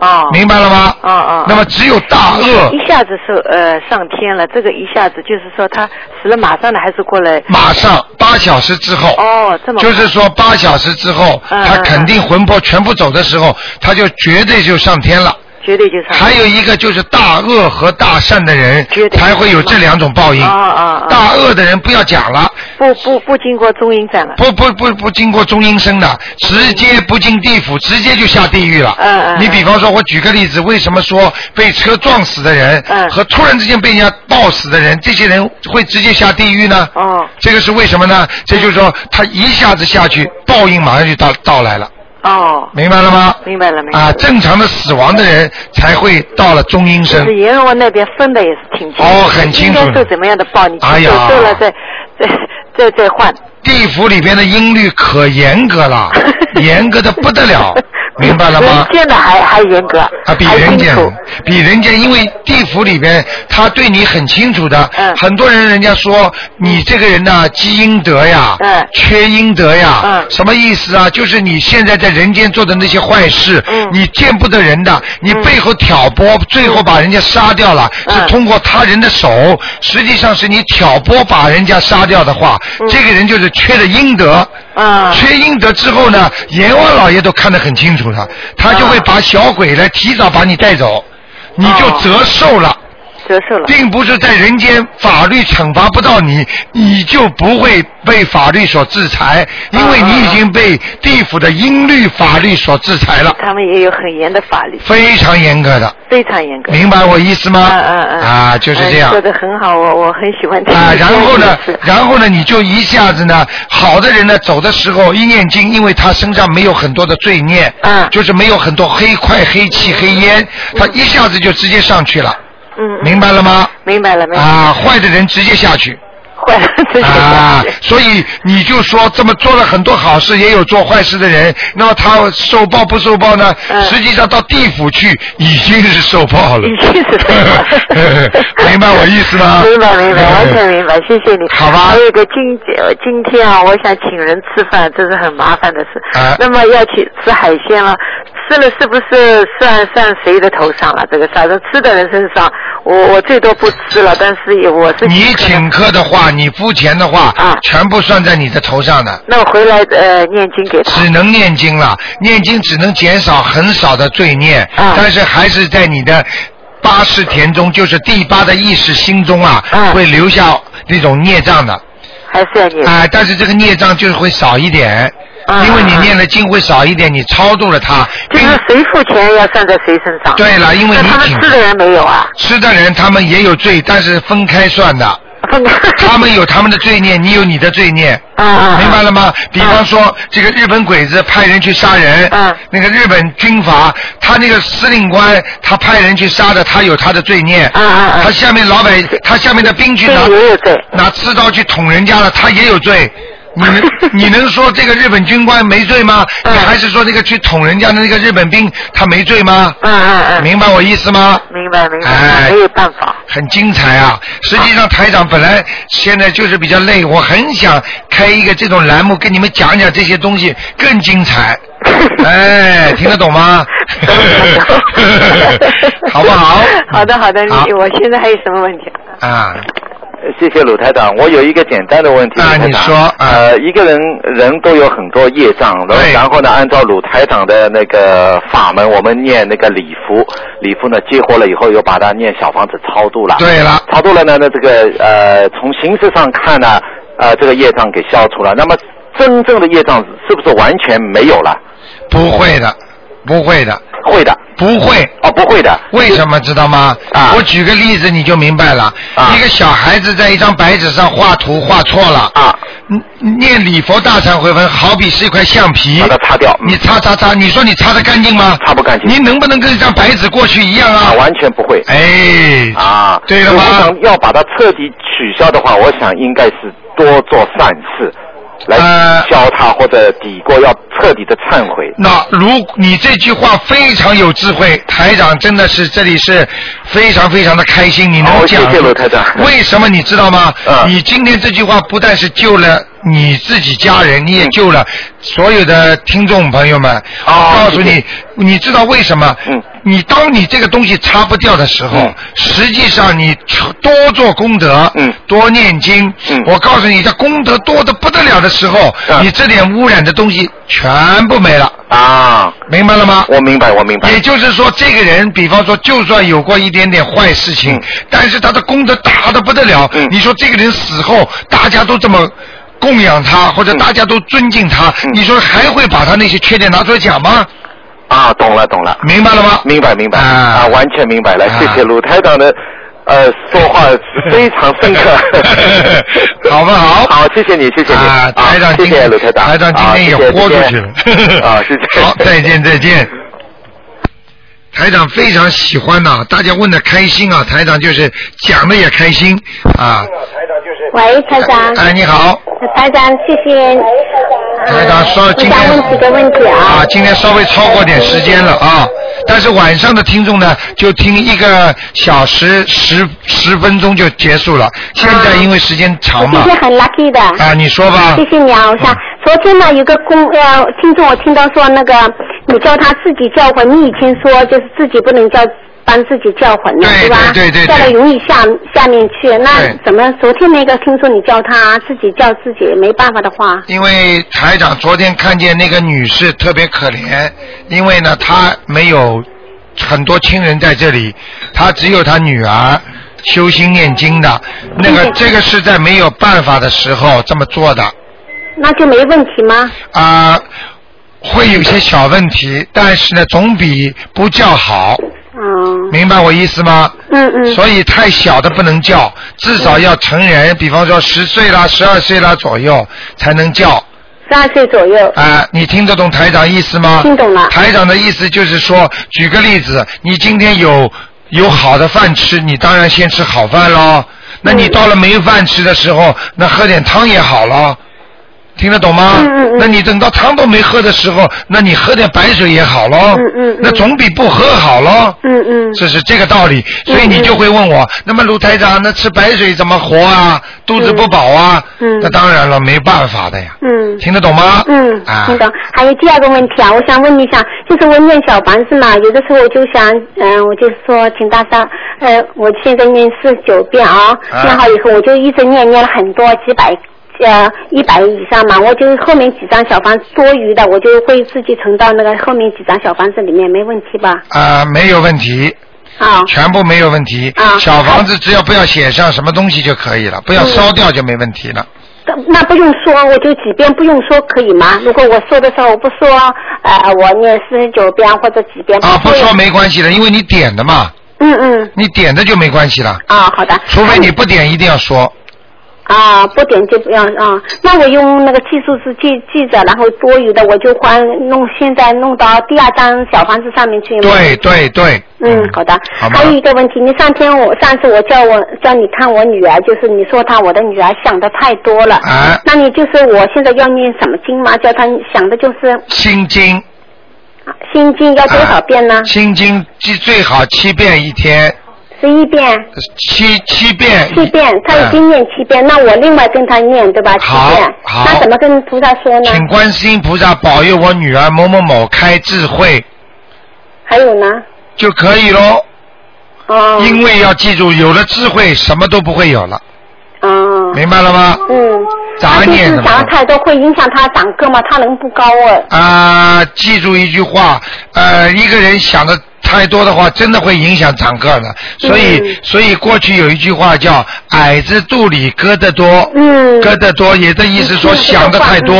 [SPEAKER 14] 哦。
[SPEAKER 1] 明白了吗？
[SPEAKER 14] 哦哦。
[SPEAKER 1] 那么只有大恶
[SPEAKER 14] 一下子受呃上天了，这个一下子就是说他死了马上的还是过来。
[SPEAKER 1] 马上八小时之后，
[SPEAKER 14] 哦，这么快
[SPEAKER 1] 就是说八小时之后，
[SPEAKER 14] 嗯
[SPEAKER 1] 他肯定魂魄全部走的时候，他就绝对就上天了。
[SPEAKER 14] 绝对就是。
[SPEAKER 1] 还有一个就是大恶和大善的人，才会有这两种报应。
[SPEAKER 14] 啊啊啊！
[SPEAKER 1] 大恶的人不要讲了，
[SPEAKER 14] 不不不经过中阴站了。
[SPEAKER 1] 不不不不经过中阴身的，直接不进地府，直接就下地狱了。
[SPEAKER 14] 嗯嗯
[SPEAKER 1] 你比方说，我举个例子，为什么说被车撞死的人，
[SPEAKER 14] 嗯
[SPEAKER 1] 和突然之间被人家抱死的人，这些人会直接下地狱呢？
[SPEAKER 14] 哦。
[SPEAKER 1] 这个是为什么呢？这就是说，他一下子下去，报应马上就到到来了。
[SPEAKER 14] 哦。
[SPEAKER 1] 明白了吗
[SPEAKER 14] 明白了，明白了。
[SPEAKER 1] 啊，正常的死亡的人才会到了中阴身
[SPEAKER 14] 就。是阎罗王那边分的也是挺清楚的，
[SPEAKER 1] 哦很清楚
[SPEAKER 14] 应该受怎么样的报，你去
[SPEAKER 1] 哎呀
[SPEAKER 14] 受受了再再再再换。
[SPEAKER 1] 地府里边的音律可严格 了，严格的不得了，明白了吗？
[SPEAKER 14] 人间的还还严格，
[SPEAKER 1] 啊，比人间，比人间，因为地府里边他对你很清楚的。
[SPEAKER 14] 嗯
[SPEAKER 1] 很多人人家说你这个人呐、积阴德呀，
[SPEAKER 14] 嗯
[SPEAKER 1] 缺阴德呀，什么意思啊？就是你现在在人间做的那些坏事，
[SPEAKER 14] 嗯
[SPEAKER 1] 你见不得人的，你背后挑拨，最后把人家杀掉了，
[SPEAKER 14] 嗯
[SPEAKER 1] 是通过他人的手，实际上是你挑拨把人家杀掉的话，
[SPEAKER 14] 嗯
[SPEAKER 1] 这个人就是缺了阴德。缺阴德之后呢，阎王老爷都看得很清楚了，他就会把小鬼来提早把你带走，你就折寿了。
[SPEAKER 14] 嗯哦折寿了，
[SPEAKER 1] 并不是在人间法律惩罚不到你，你就不会被法律所制裁，因
[SPEAKER 14] 嗯
[SPEAKER 1] 为你已经被地府的阴律法律所制裁了，
[SPEAKER 14] 他们也有很严的法律，
[SPEAKER 1] 非常严格的。
[SPEAKER 14] 非常严格。
[SPEAKER 1] 明白我意思吗？
[SPEAKER 14] 嗯嗯嗯。
[SPEAKER 1] 啊就是这样
[SPEAKER 14] 嗯说的很好，我我很喜欢听。
[SPEAKER 1] 啊，然后呢，然后呢，你就一下子呢，好的人呢，走的时候一念经，因为他身上没有很多的罪孽，
[SPEAKER 14] 嗯，
[SPEAKER 1] 就是没有很多黑块、黑气、黑烟，他一下子就直接上去了，
[SPEAKER 14] 嗯，
[SPEAKER 1] 明白了吗？
[SPEAKER 14] 明白了，明白了。
[SPEAKER 1] 啊，坏的人直接下去。
[SPEAKER 14] 坏了直接
[SPEAKER 1] 啊，所以你就说这么做了很多好事，也有做坏事的人，那么他受报不受报呢？
[SPEAKER 14] 嗯
[SPEAKER 1] 实际上到地府去已经是受报了，已
[SPEAKER 14] 经是受
[SPEAKER 1] 报 明白我意思吗？
[SPEAKER 14] 明白明白，
[SPEAKER 1] 嗯
[SPEAKER 14] 完全明白，谢谢你。好吧。还有一个今呃今天啊，我想请人吃饭，这是很麻烦的事。
[SPEAKER 1] 啊
[SPEAKER 14] 那么要去吃海鲜了，吃了是不是算算谁的头上了？这个反正吃的人身上，我我最多不吃了，但是也我是
[SPEAKER 1] 你请客的话，你付钱的话，全部算在你的头上的。
[SPEAKER 14] 啊那我回来呃念经给他。
[SPEAKER 1] 只能念经了，念经只能减少很少的罪孽，
[SPEAKER 14] 啊
[SPEAKER 1] 但是还是在你的八识田中，就是第八的意识心中啊，会留下那种孽障的。
[SPEAKER 14] 啊还是要念。啊
[SPEAKER 1] 啊，但是这个孽障就是会少一点，因为你念的经会少一点，你超度了它。
[SPEAKER 14] 就是谁付钱要算在谁身上。
[SPEAKER 1] 对了，因为
[SPEAKER 14] 那
[SPEAKER 1] 你
[SPEAKER 14] 他们
[SPEAKER 1] 挺
[SPEAKER 14] 吃的人没有啊？
[SPEAKER 1] 吃的人他们也有罪，但是分开算的。 他们有他们的罪孽，你有你的罪孽。
[SPEAKER 14] 嗯
[SPEAKER 1] 明白了吗？比方说，这个日本鬼子派人去杀人，
[SPEAKER 14] 嗯
[SPEAKER 1] 那个日本军阀，他那个司令官，他派人去杀的，他有他的罪孽。
[SPEAKER 14] 嗯
[SPEAKER 1] 他下面老百，他下面的兵去拿拿刺刀去捅人家了，他也有罪。你 能你能说这个日本军官没罪吗？
[SPEAKER 14] 嗯
[SPEAKER 1] 你还是说那个去捅人家的那个日本兵他没罪吗？
[SPEAKER 14] 嗯嗯嗯。
[SPEAKER 1] 明白我意思吗？
[SPEAKER 14] 明白明白，
[SPEAKER 1] 哎
[SPEAKER 14] 没有办法。
[SPEAKER 1] 很精彩啊！实际上台长本来现在就是比较累，我很想开一个这种栏目跟你们讲讲这些东西更精 彩。哎，听得懂吗？ 好不 好？
[SPEAKER 15] 好的，好的，你我现在还有什么问题？
[SPEAKER 1] 啊，
[SPEAKER 16] 呃谢谢鲁台长，我有一个简单的问题。啊，你说，呃，一个人人都有很多业障，然后然后呢，按照鲁台长的那个法门，我们念那个礼服，礼服呢激活了以后，又把它念小房子超度了。
[SPEAKER 1] 对了，
[SPEAKER 16] 超度了呢，那这个呃，从形式上看呢，呃，这个业障给消除了。那么真正的业障是不是完全没有了？
[SPEAKER 1] 不会的，不会的，
[SPEAKER 16] 会的，
[SPEAKER 1] 不会。
[SPEAKER 16] 哦，不会的。
[SPEAKER 1] 为什么知道吗？啊，我举个例子你就明白了。啊，一个小孩子在一张白纸上画图画错了。
[SPEAKER 16] 啊，
[SPEAKER 1] 念礼佛大忏悔文，好比是一块橡皮，把它
[SPEAKER 16] 擦掉。
[SPEAKER 1] 你擦擦擦，你说你擦得干净吗？
[SPEAKER 16] 擦不干净。
[SPEAKER 1] 你能不能跟一张白纸过去一样啊？
[SPEAKER 16] 完全不会。
[SPEAKER 1] 哎，
[SPEAKER 16] 啊，
[SPEAKER 1] 对了
[SPEAKER 16] 如
[SPEAKER 1] 吗
[SPEAKER 16] 果我想要把它彻底取消的话，我想应该是多做善事，来
[SPEAKER 1] 呃
[SPEAKER 16] 消它或者抵过，要彻底的忏悔。
[SPEAKER 1] 那如你这句话非常有智慧，台长真的是这里是非常非常的开心，你能
[SPEAKER 16] 好
[SPEAKER 1] 讲。
[SPEAKER 16] 哦谢谢罗台长
[SPEAKER 1] 为什么你知道吗？你今天这句话不但是救了你自己家人，你也救了所有的听众朋友们。我告诉你，你知道为什么？你当你这个东西擦不掉的时候，实际上你多做功德，多念经。我告诉你，这功德多的不得了的时候，你这点污染的东西全部没了。
[SPEAKER 16] 啊，
[SPEAKER 1] 明白了吗？
[SPEAKER 16] 我明白，我明白。
[SPEAKER 1] 也就是说，这个人，比方说，就算有过一点点坏事情，
[SPEAKER 16] 嗯
[SPEAKER 1] 但是他的功德大的不得了。你说这个人死后，大家都这么供养他，或
[SPEAKER 16] 嗯
[SPEAKER 1] 者大家都尊敬他，你说还会把他那些缺点拿出来讲吗？
[SPEAKER 16] 啊，懂了，懂了，
[SPEAKER 1] 明白了吗？
[SPEAKER 16] 明白，明白啊，完全明白了。谢谢鲁台长的，呃，说 话非常深刻，
[SPEAKER 1] 好不好？
[SPEAKER 16] 好，谢谢你，谢谢你啊，台长，谢谢鲁台长，台长
[SPEAKER 1] 今天也豁出去了。
[SPEAKER 16] 啊，谢谢。
[SPEAKER 1] 好，再见，再见。台长非常喜欢呐、大家问的开心啊，台长就是讲的也开心啊。
[SPEAKER 17] 喂，台长。
[SPEAKER 1] 哎，你好。
[SPEAKER 17] 台长，谢谢。
[SPEAKER 1] 台长说今天
[SPEAKER 17] 问几个问题啊。
[SPEAKER 1] 啊，今天稍微超过点时间了啊，但是晚上的听众呢，就听一个小时十十分钟就结束了。现在因为时间长
[SPEAKER 17] 今
[SPEAKER 1] 嘛，
[SPEAKER 17] 天很 lucky 的。
[SPEAKER 1] 啊，你说吧嗯
[SPEAKER 17] 谢。谢你啊，我想昨天呢有个公呃听众，我听到说那个你叫他自己叫魂，你以前说就是自己不能叫帮自己叫魂了，对吧？
[SPEAKER 1] 对对对
[SPEAKER 17] 叫到容易下下面去，那怎么昨天那个听说你叫他自己叫自己没办法的话，
[SPEAKER 1] 因为台长昨天看见那个女士特别可怜，因为呢她没有很多亲人在这里，她只有她女儿修心念经的，那个这个是在没有办法的时候这么做的。
[SPEAKER 17] 那就没问题吗？
[SPEAKER 1] 啊、会有些小问题，但是呢，总比不叫好。
[SPEAKER 17] 嗯。
[SPEAKER 1] 明白我意思吗？
[SPEAKER 17] 嗯嗯。
[SPEAKER 1] 所以太小的不能叫，至少要成人，比方说十岁啦、十二岁啦左右才能叫。
[SPEAKER 17] 十二岁左右。
[SPEAKER 1] 啊、你听得懂台长意思吗？
[SPEAKER 17] 听懂了
[SPEAKER 1] 台长的意思就是说，举个例子，你今天有有好的饭吃，你当然先吃好饭喽。那
[SPEAKER 17] 嗯
[SPEAKER 1] 你到了没饭吃的时候，那喝点汤也好了。听得懂吗？
[SPEAKER 17] 嗯
[SPEAKER 1] 那你等到汤都没喝的时候，那你喝点白水也好喽。那总比不喝好喽。
[SPEAKER 17] 嗯嗯。
[SPEAKER 1] 这是这个道理，所以你就会问我，那么卢台长，那吃白水怎么活啊？肚子不饱啊？那当然了，没办法的呀。
[SPEAKER 17] 嗯。
[SPEAKER 1] 听得懂吗？
[SPEAKER 17] 嗯，
[SPEAKER 1] 啊
[SPEAKER 17] 听懂。还有第二个问题啊，我想问一下，就是我念小房子嘛，有的时候我就想，嗯、我就说请大家，呃，我现在念四十九遍啊，
[SPEAKER 18] 啊
[SPEAKER 17] 念好以后我就一直念，念了很多几百。呃，一百以上嘛，我就是后面几张小房子多余的，我就会自己存到那个后面几张小房子里面，没问题吧？
[SPEAKER 1] 啊，没有问题。
[SPEAKER 17] 啊。
[SPEAKER 1] 全部没有问题。
[SPEAKER 17] 啊嗯
[SPEAKER 1] 小房子只要不要写上什么东西就可以了，不要烧掉就没问题了。
[SPEAKER 17] 那不用说，我就几遍不用说可以吗？如果我说的时候我不说，呃，我念四十九遍或者几遍
[SPEAKER 1] 啊，不说没关系的，因为你点的嘛。
[SPEAKER 17] 嗯嗯。
[SPEAKER 1] 你点的就没关系了，
[SPEAKER 17] 啊，好的。
[SPEAKER 1] 除非你不点一定要说。
[SPEAKER 17] 啊，不点就不要啊。那我用那个计数字记记着，然后多余的我就还弄，现在弄到第二张小房子上面去。
[SPEAKER 1] 对。对对，
[SPEAKER 17] 嗯，好的。
[SPEAKER 1] 好吗
[SPEAKER 17] 还有一个问题，你上天我上次我叫我叫你看我女儿，就是你说她我的女儿想的太多了。
[SPEAKER 1] 啊。
[SPEAKER 17] 那你就是我现在要念什么经吗？叫她想的就是
[SPEAKER 1] 心经。
[SPEAKER 17] 心经要多
[SPEAKER 1] 啊
[SPEAKER 17] 少遍呢？
[SPEAKER 1] 心经最最好七遍一天，
[SPEAKER 17] 十一遍。
[SPEAKER 1] 七七遍。嗯
[SPEAKER 17] 七
[SPEAKER 1] 啊
[SPEAKER 17] 遍，她已经念七遍，那我另外跟她念对吧？七
[SPEAKER 1] 好
[SPEAKER 17] 遍。
[SPEAKER 1] 好
[SPEAKER 17] 那怎么跟菩萨说呢？
[SPEAKER 1] 请观世音菩萨保佑我女儿某某某开智慧
[SPEAKER 17] 还有呢？
[SPEAKER 1] 就可以喽。
[SPEAKER 17] 哦。
[SPEAKER 1] 因为要记住，有了智慧，什么都不会有了。
[SPEAKER 17] 哦。
[SPEAKER 1] 明白了吗？
[SPEAKER 17] 嗯。
[SPEAKER 1] 杂
[SPEAKER 17] 她就
[SPEAKER 1] 念
[SPEAKER 17] 是
[SPEAKER 1] 什
[SPEAKER 17] 长
[SPEAKER 1] 么
[SPEAKER 17] 得？太多会影响她长个吗？她能不高哦。
[SPEAKER 1] 啊、记住一句话，呃，一个人想的太多的话，真的会影响长个的。
[SPEAKER 17] 嗯
[SPEAKER 1] 所以，所以过去有一句话叫“矮子肚里疙瘩多”，
[SPEAKER 17] 嗯，
[SPEAKER 1] 疙瘩多也的意思说想的太多。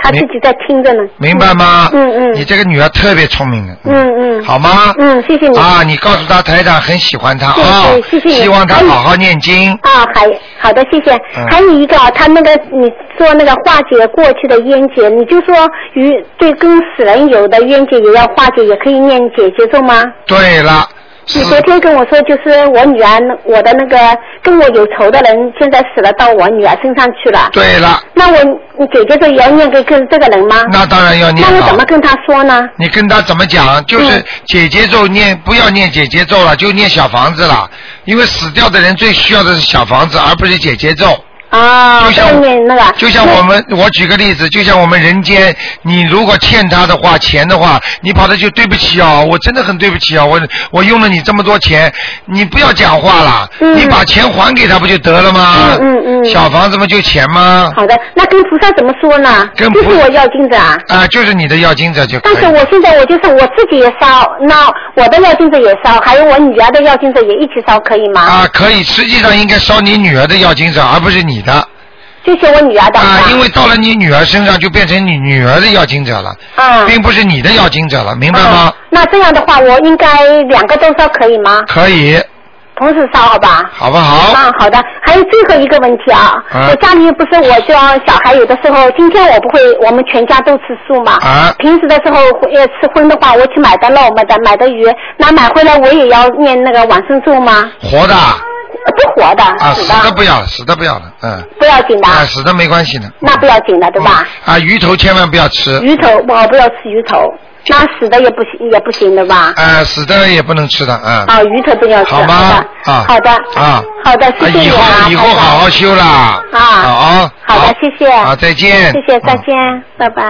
[SPEAKER 17] 她嗯自己在听着呢。
[SPEAKER 1] 明白吗？
[SPEAKER 17] 嗯嗯。
[SPEAKER 1] 你这个女儿特别聪明的，
[SPEAKER 17] 嗯嗯。
[SPEAKER 1] 好吗？
[SPEAKER 17] 嗯，谢谢你。
[SPEAKER 1] 啊，你告诉她台长很喜欢她啊、
[SPEAKER 17] 对对，谢谢你。嗯
[SPEAKER 1] 希望她
[SPEAKER 17] 还有
[SPEAKER 1] 好好念经。
[SPEAKER 17] 啊，还好的，谢谢。
[SPEAKER 1] 嗯
[SPEAKER 17] 还有一个啊，他那个你说那个化解过去的冤结，你就说与对跟死人有的冤结也要化解，也可以念解结咒吗？
[SPEAKER 1] 对了，
[SPEAKER 17] 你昨天跟我说，就是我女儿，我的那个跟我有仇的人，现在死了到我女儿身上去了。
[SPEAKER 1] 对了，
[SPEAKER 17] 那我你解结咒也要念给跟这个人吗？
[SPEAKER 1] 那当然要念
[SPEAKER 17] 那我
[SPEAKER 1] 了
[SPEAKER 17] 怎么跟他说呢？
[SPEAKER 1] 你跟他怎么
[SPEAKER 17] 嗯
[SPEAKER 1] 讲？就是姐姐咒念，不要念姐姐咒了，就念小房子了。因为死掉的人最需要的是小房子，而不是姐姐咒。
[SPEAKER 17] 啊，
[SPEAKER 1] 就像
[SPEAKER 17] 念那个，
[SPEAKER 1] 就像我们，我举个例子，就像我们人间，你如果欠他的话，钱的话，你跑他就对不起哦，我真的很对不起哦，我我用了你这么多钱，你不要讲话了，你把钱还给他不就得了吗？
[SPEAKER 17] 嗯嗯嗯
[SPEAKER 1] 啊小房子不就钱吗？
[SPEAKER 17] 好的，那跟菩萨怎么说呢？
[SPEAKER 1] 跟
[SPEAKER 17] 就
[SPEAKER 1] 菩
[SPEAKER 17] 是我要金子啊。
[SPEAKER 1] 啊、就是你的要经者就可以
[SPEAKER 17] 但
[SPEAKER 1] 了。
[SPEAKER 17] 是我现在我就是我自己也烧，那我的药精者也烧，还有我女儿的药精者也一起烧，可以吗？
[SPEAKER 1] 啊，可以，实际上应该烧你女儿的药精者，而不是你的。
[SPEAKER 17] 就写我女儿的。
[SPEAKER 1] 啊，因为到了你女儿身上，就变成你女儿的药精者了，
[SPEAKER 17] 啊
[SPEAKER 1] 并不是你的药精者了，明白吗？
[SPEAKER 17] 哦那这样的话，我应该两个都烧可以吗？
[SPEAKER 1] 可以，
[SPEAKER 17] 同时烧好吧？
[SPEAKER 1] 好不好？
[SPEAKER 17] 啊，好的。还有最后一个问题啊，
[SPEAKER 1] 啊
[SPEAKER 17] 我家里不是我教小孩有的时候，今天我不会，我们全家都吃素嘛。
[SPEAKER 1] 啊
[SPEAKER 17] 平时的时候，呃，吃荤的话，我去买的肉，买的买的鱼，那买回来我也要念那个往生咒吗？
[SPEAKER 1] 活的啊，
[SPEAKER 17] 呃不活的，死
[SPEAKER 1] 死的不要了，死的不要了，嗯，
[SPEAKER 17] 不要紧的，
[SPEAKER 1] 啊，死的没关系的，
[SPEAKER 17] 那不要紧的，对吧？
[SPEAKER 1] 啊，鱼头千万不要吃，
[SPEAKER 17] 鱼头我不要吃鱼头，那死的也不行也不行的吧？
[SPEAKER 1] 啊，死的也不能吃的，啊，
[SPEAKER 17] 啊，鱼头不要吃。
[SPEAKER 1] 好吗？啊，
[SPEAKER 17] 好的，
[SPEAKER 1] 啊，
[SPEAKER 17] 好的，谢
[SPEAKER 1] 啊，
[SPEAKER 17] 谢
[SPEAKER 1] 以
[SPEAKER 17] 你
[SPEAKER 1] 后
[SPEAKER 17] 啊，
[SPEAKER 1] 以后好好修啦，
[SPEAKER 17] 啊
[SPEAKER 1] 好啊，
[SPEAKER 17] 好的，谢谢。
[SPEAKER 1] 好再见嗯
[SPEAKER 17] 谢谢，再见，拜拜。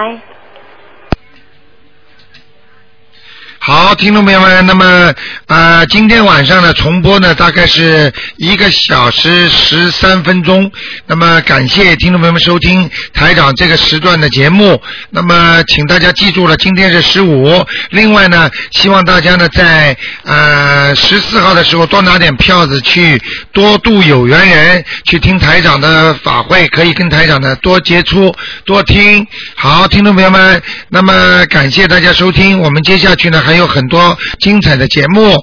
[SPEAKER 1] 好，听众朋友们，那么呃，今天晚上的重播呢，大概是一个小时十三分钟。那么感谢听众朋友们收听台长这个时段的节目。那么请大家记住了，今天是十五。另外呢，希望大家呢在呃十四号的时候多拿点票子去多度有缘人，去听台长的法会，可以跟台长呃呢多接触、多听。好，听众朋友们，那么感谢大家收听，我们接下去呢还有很多精彩的节目。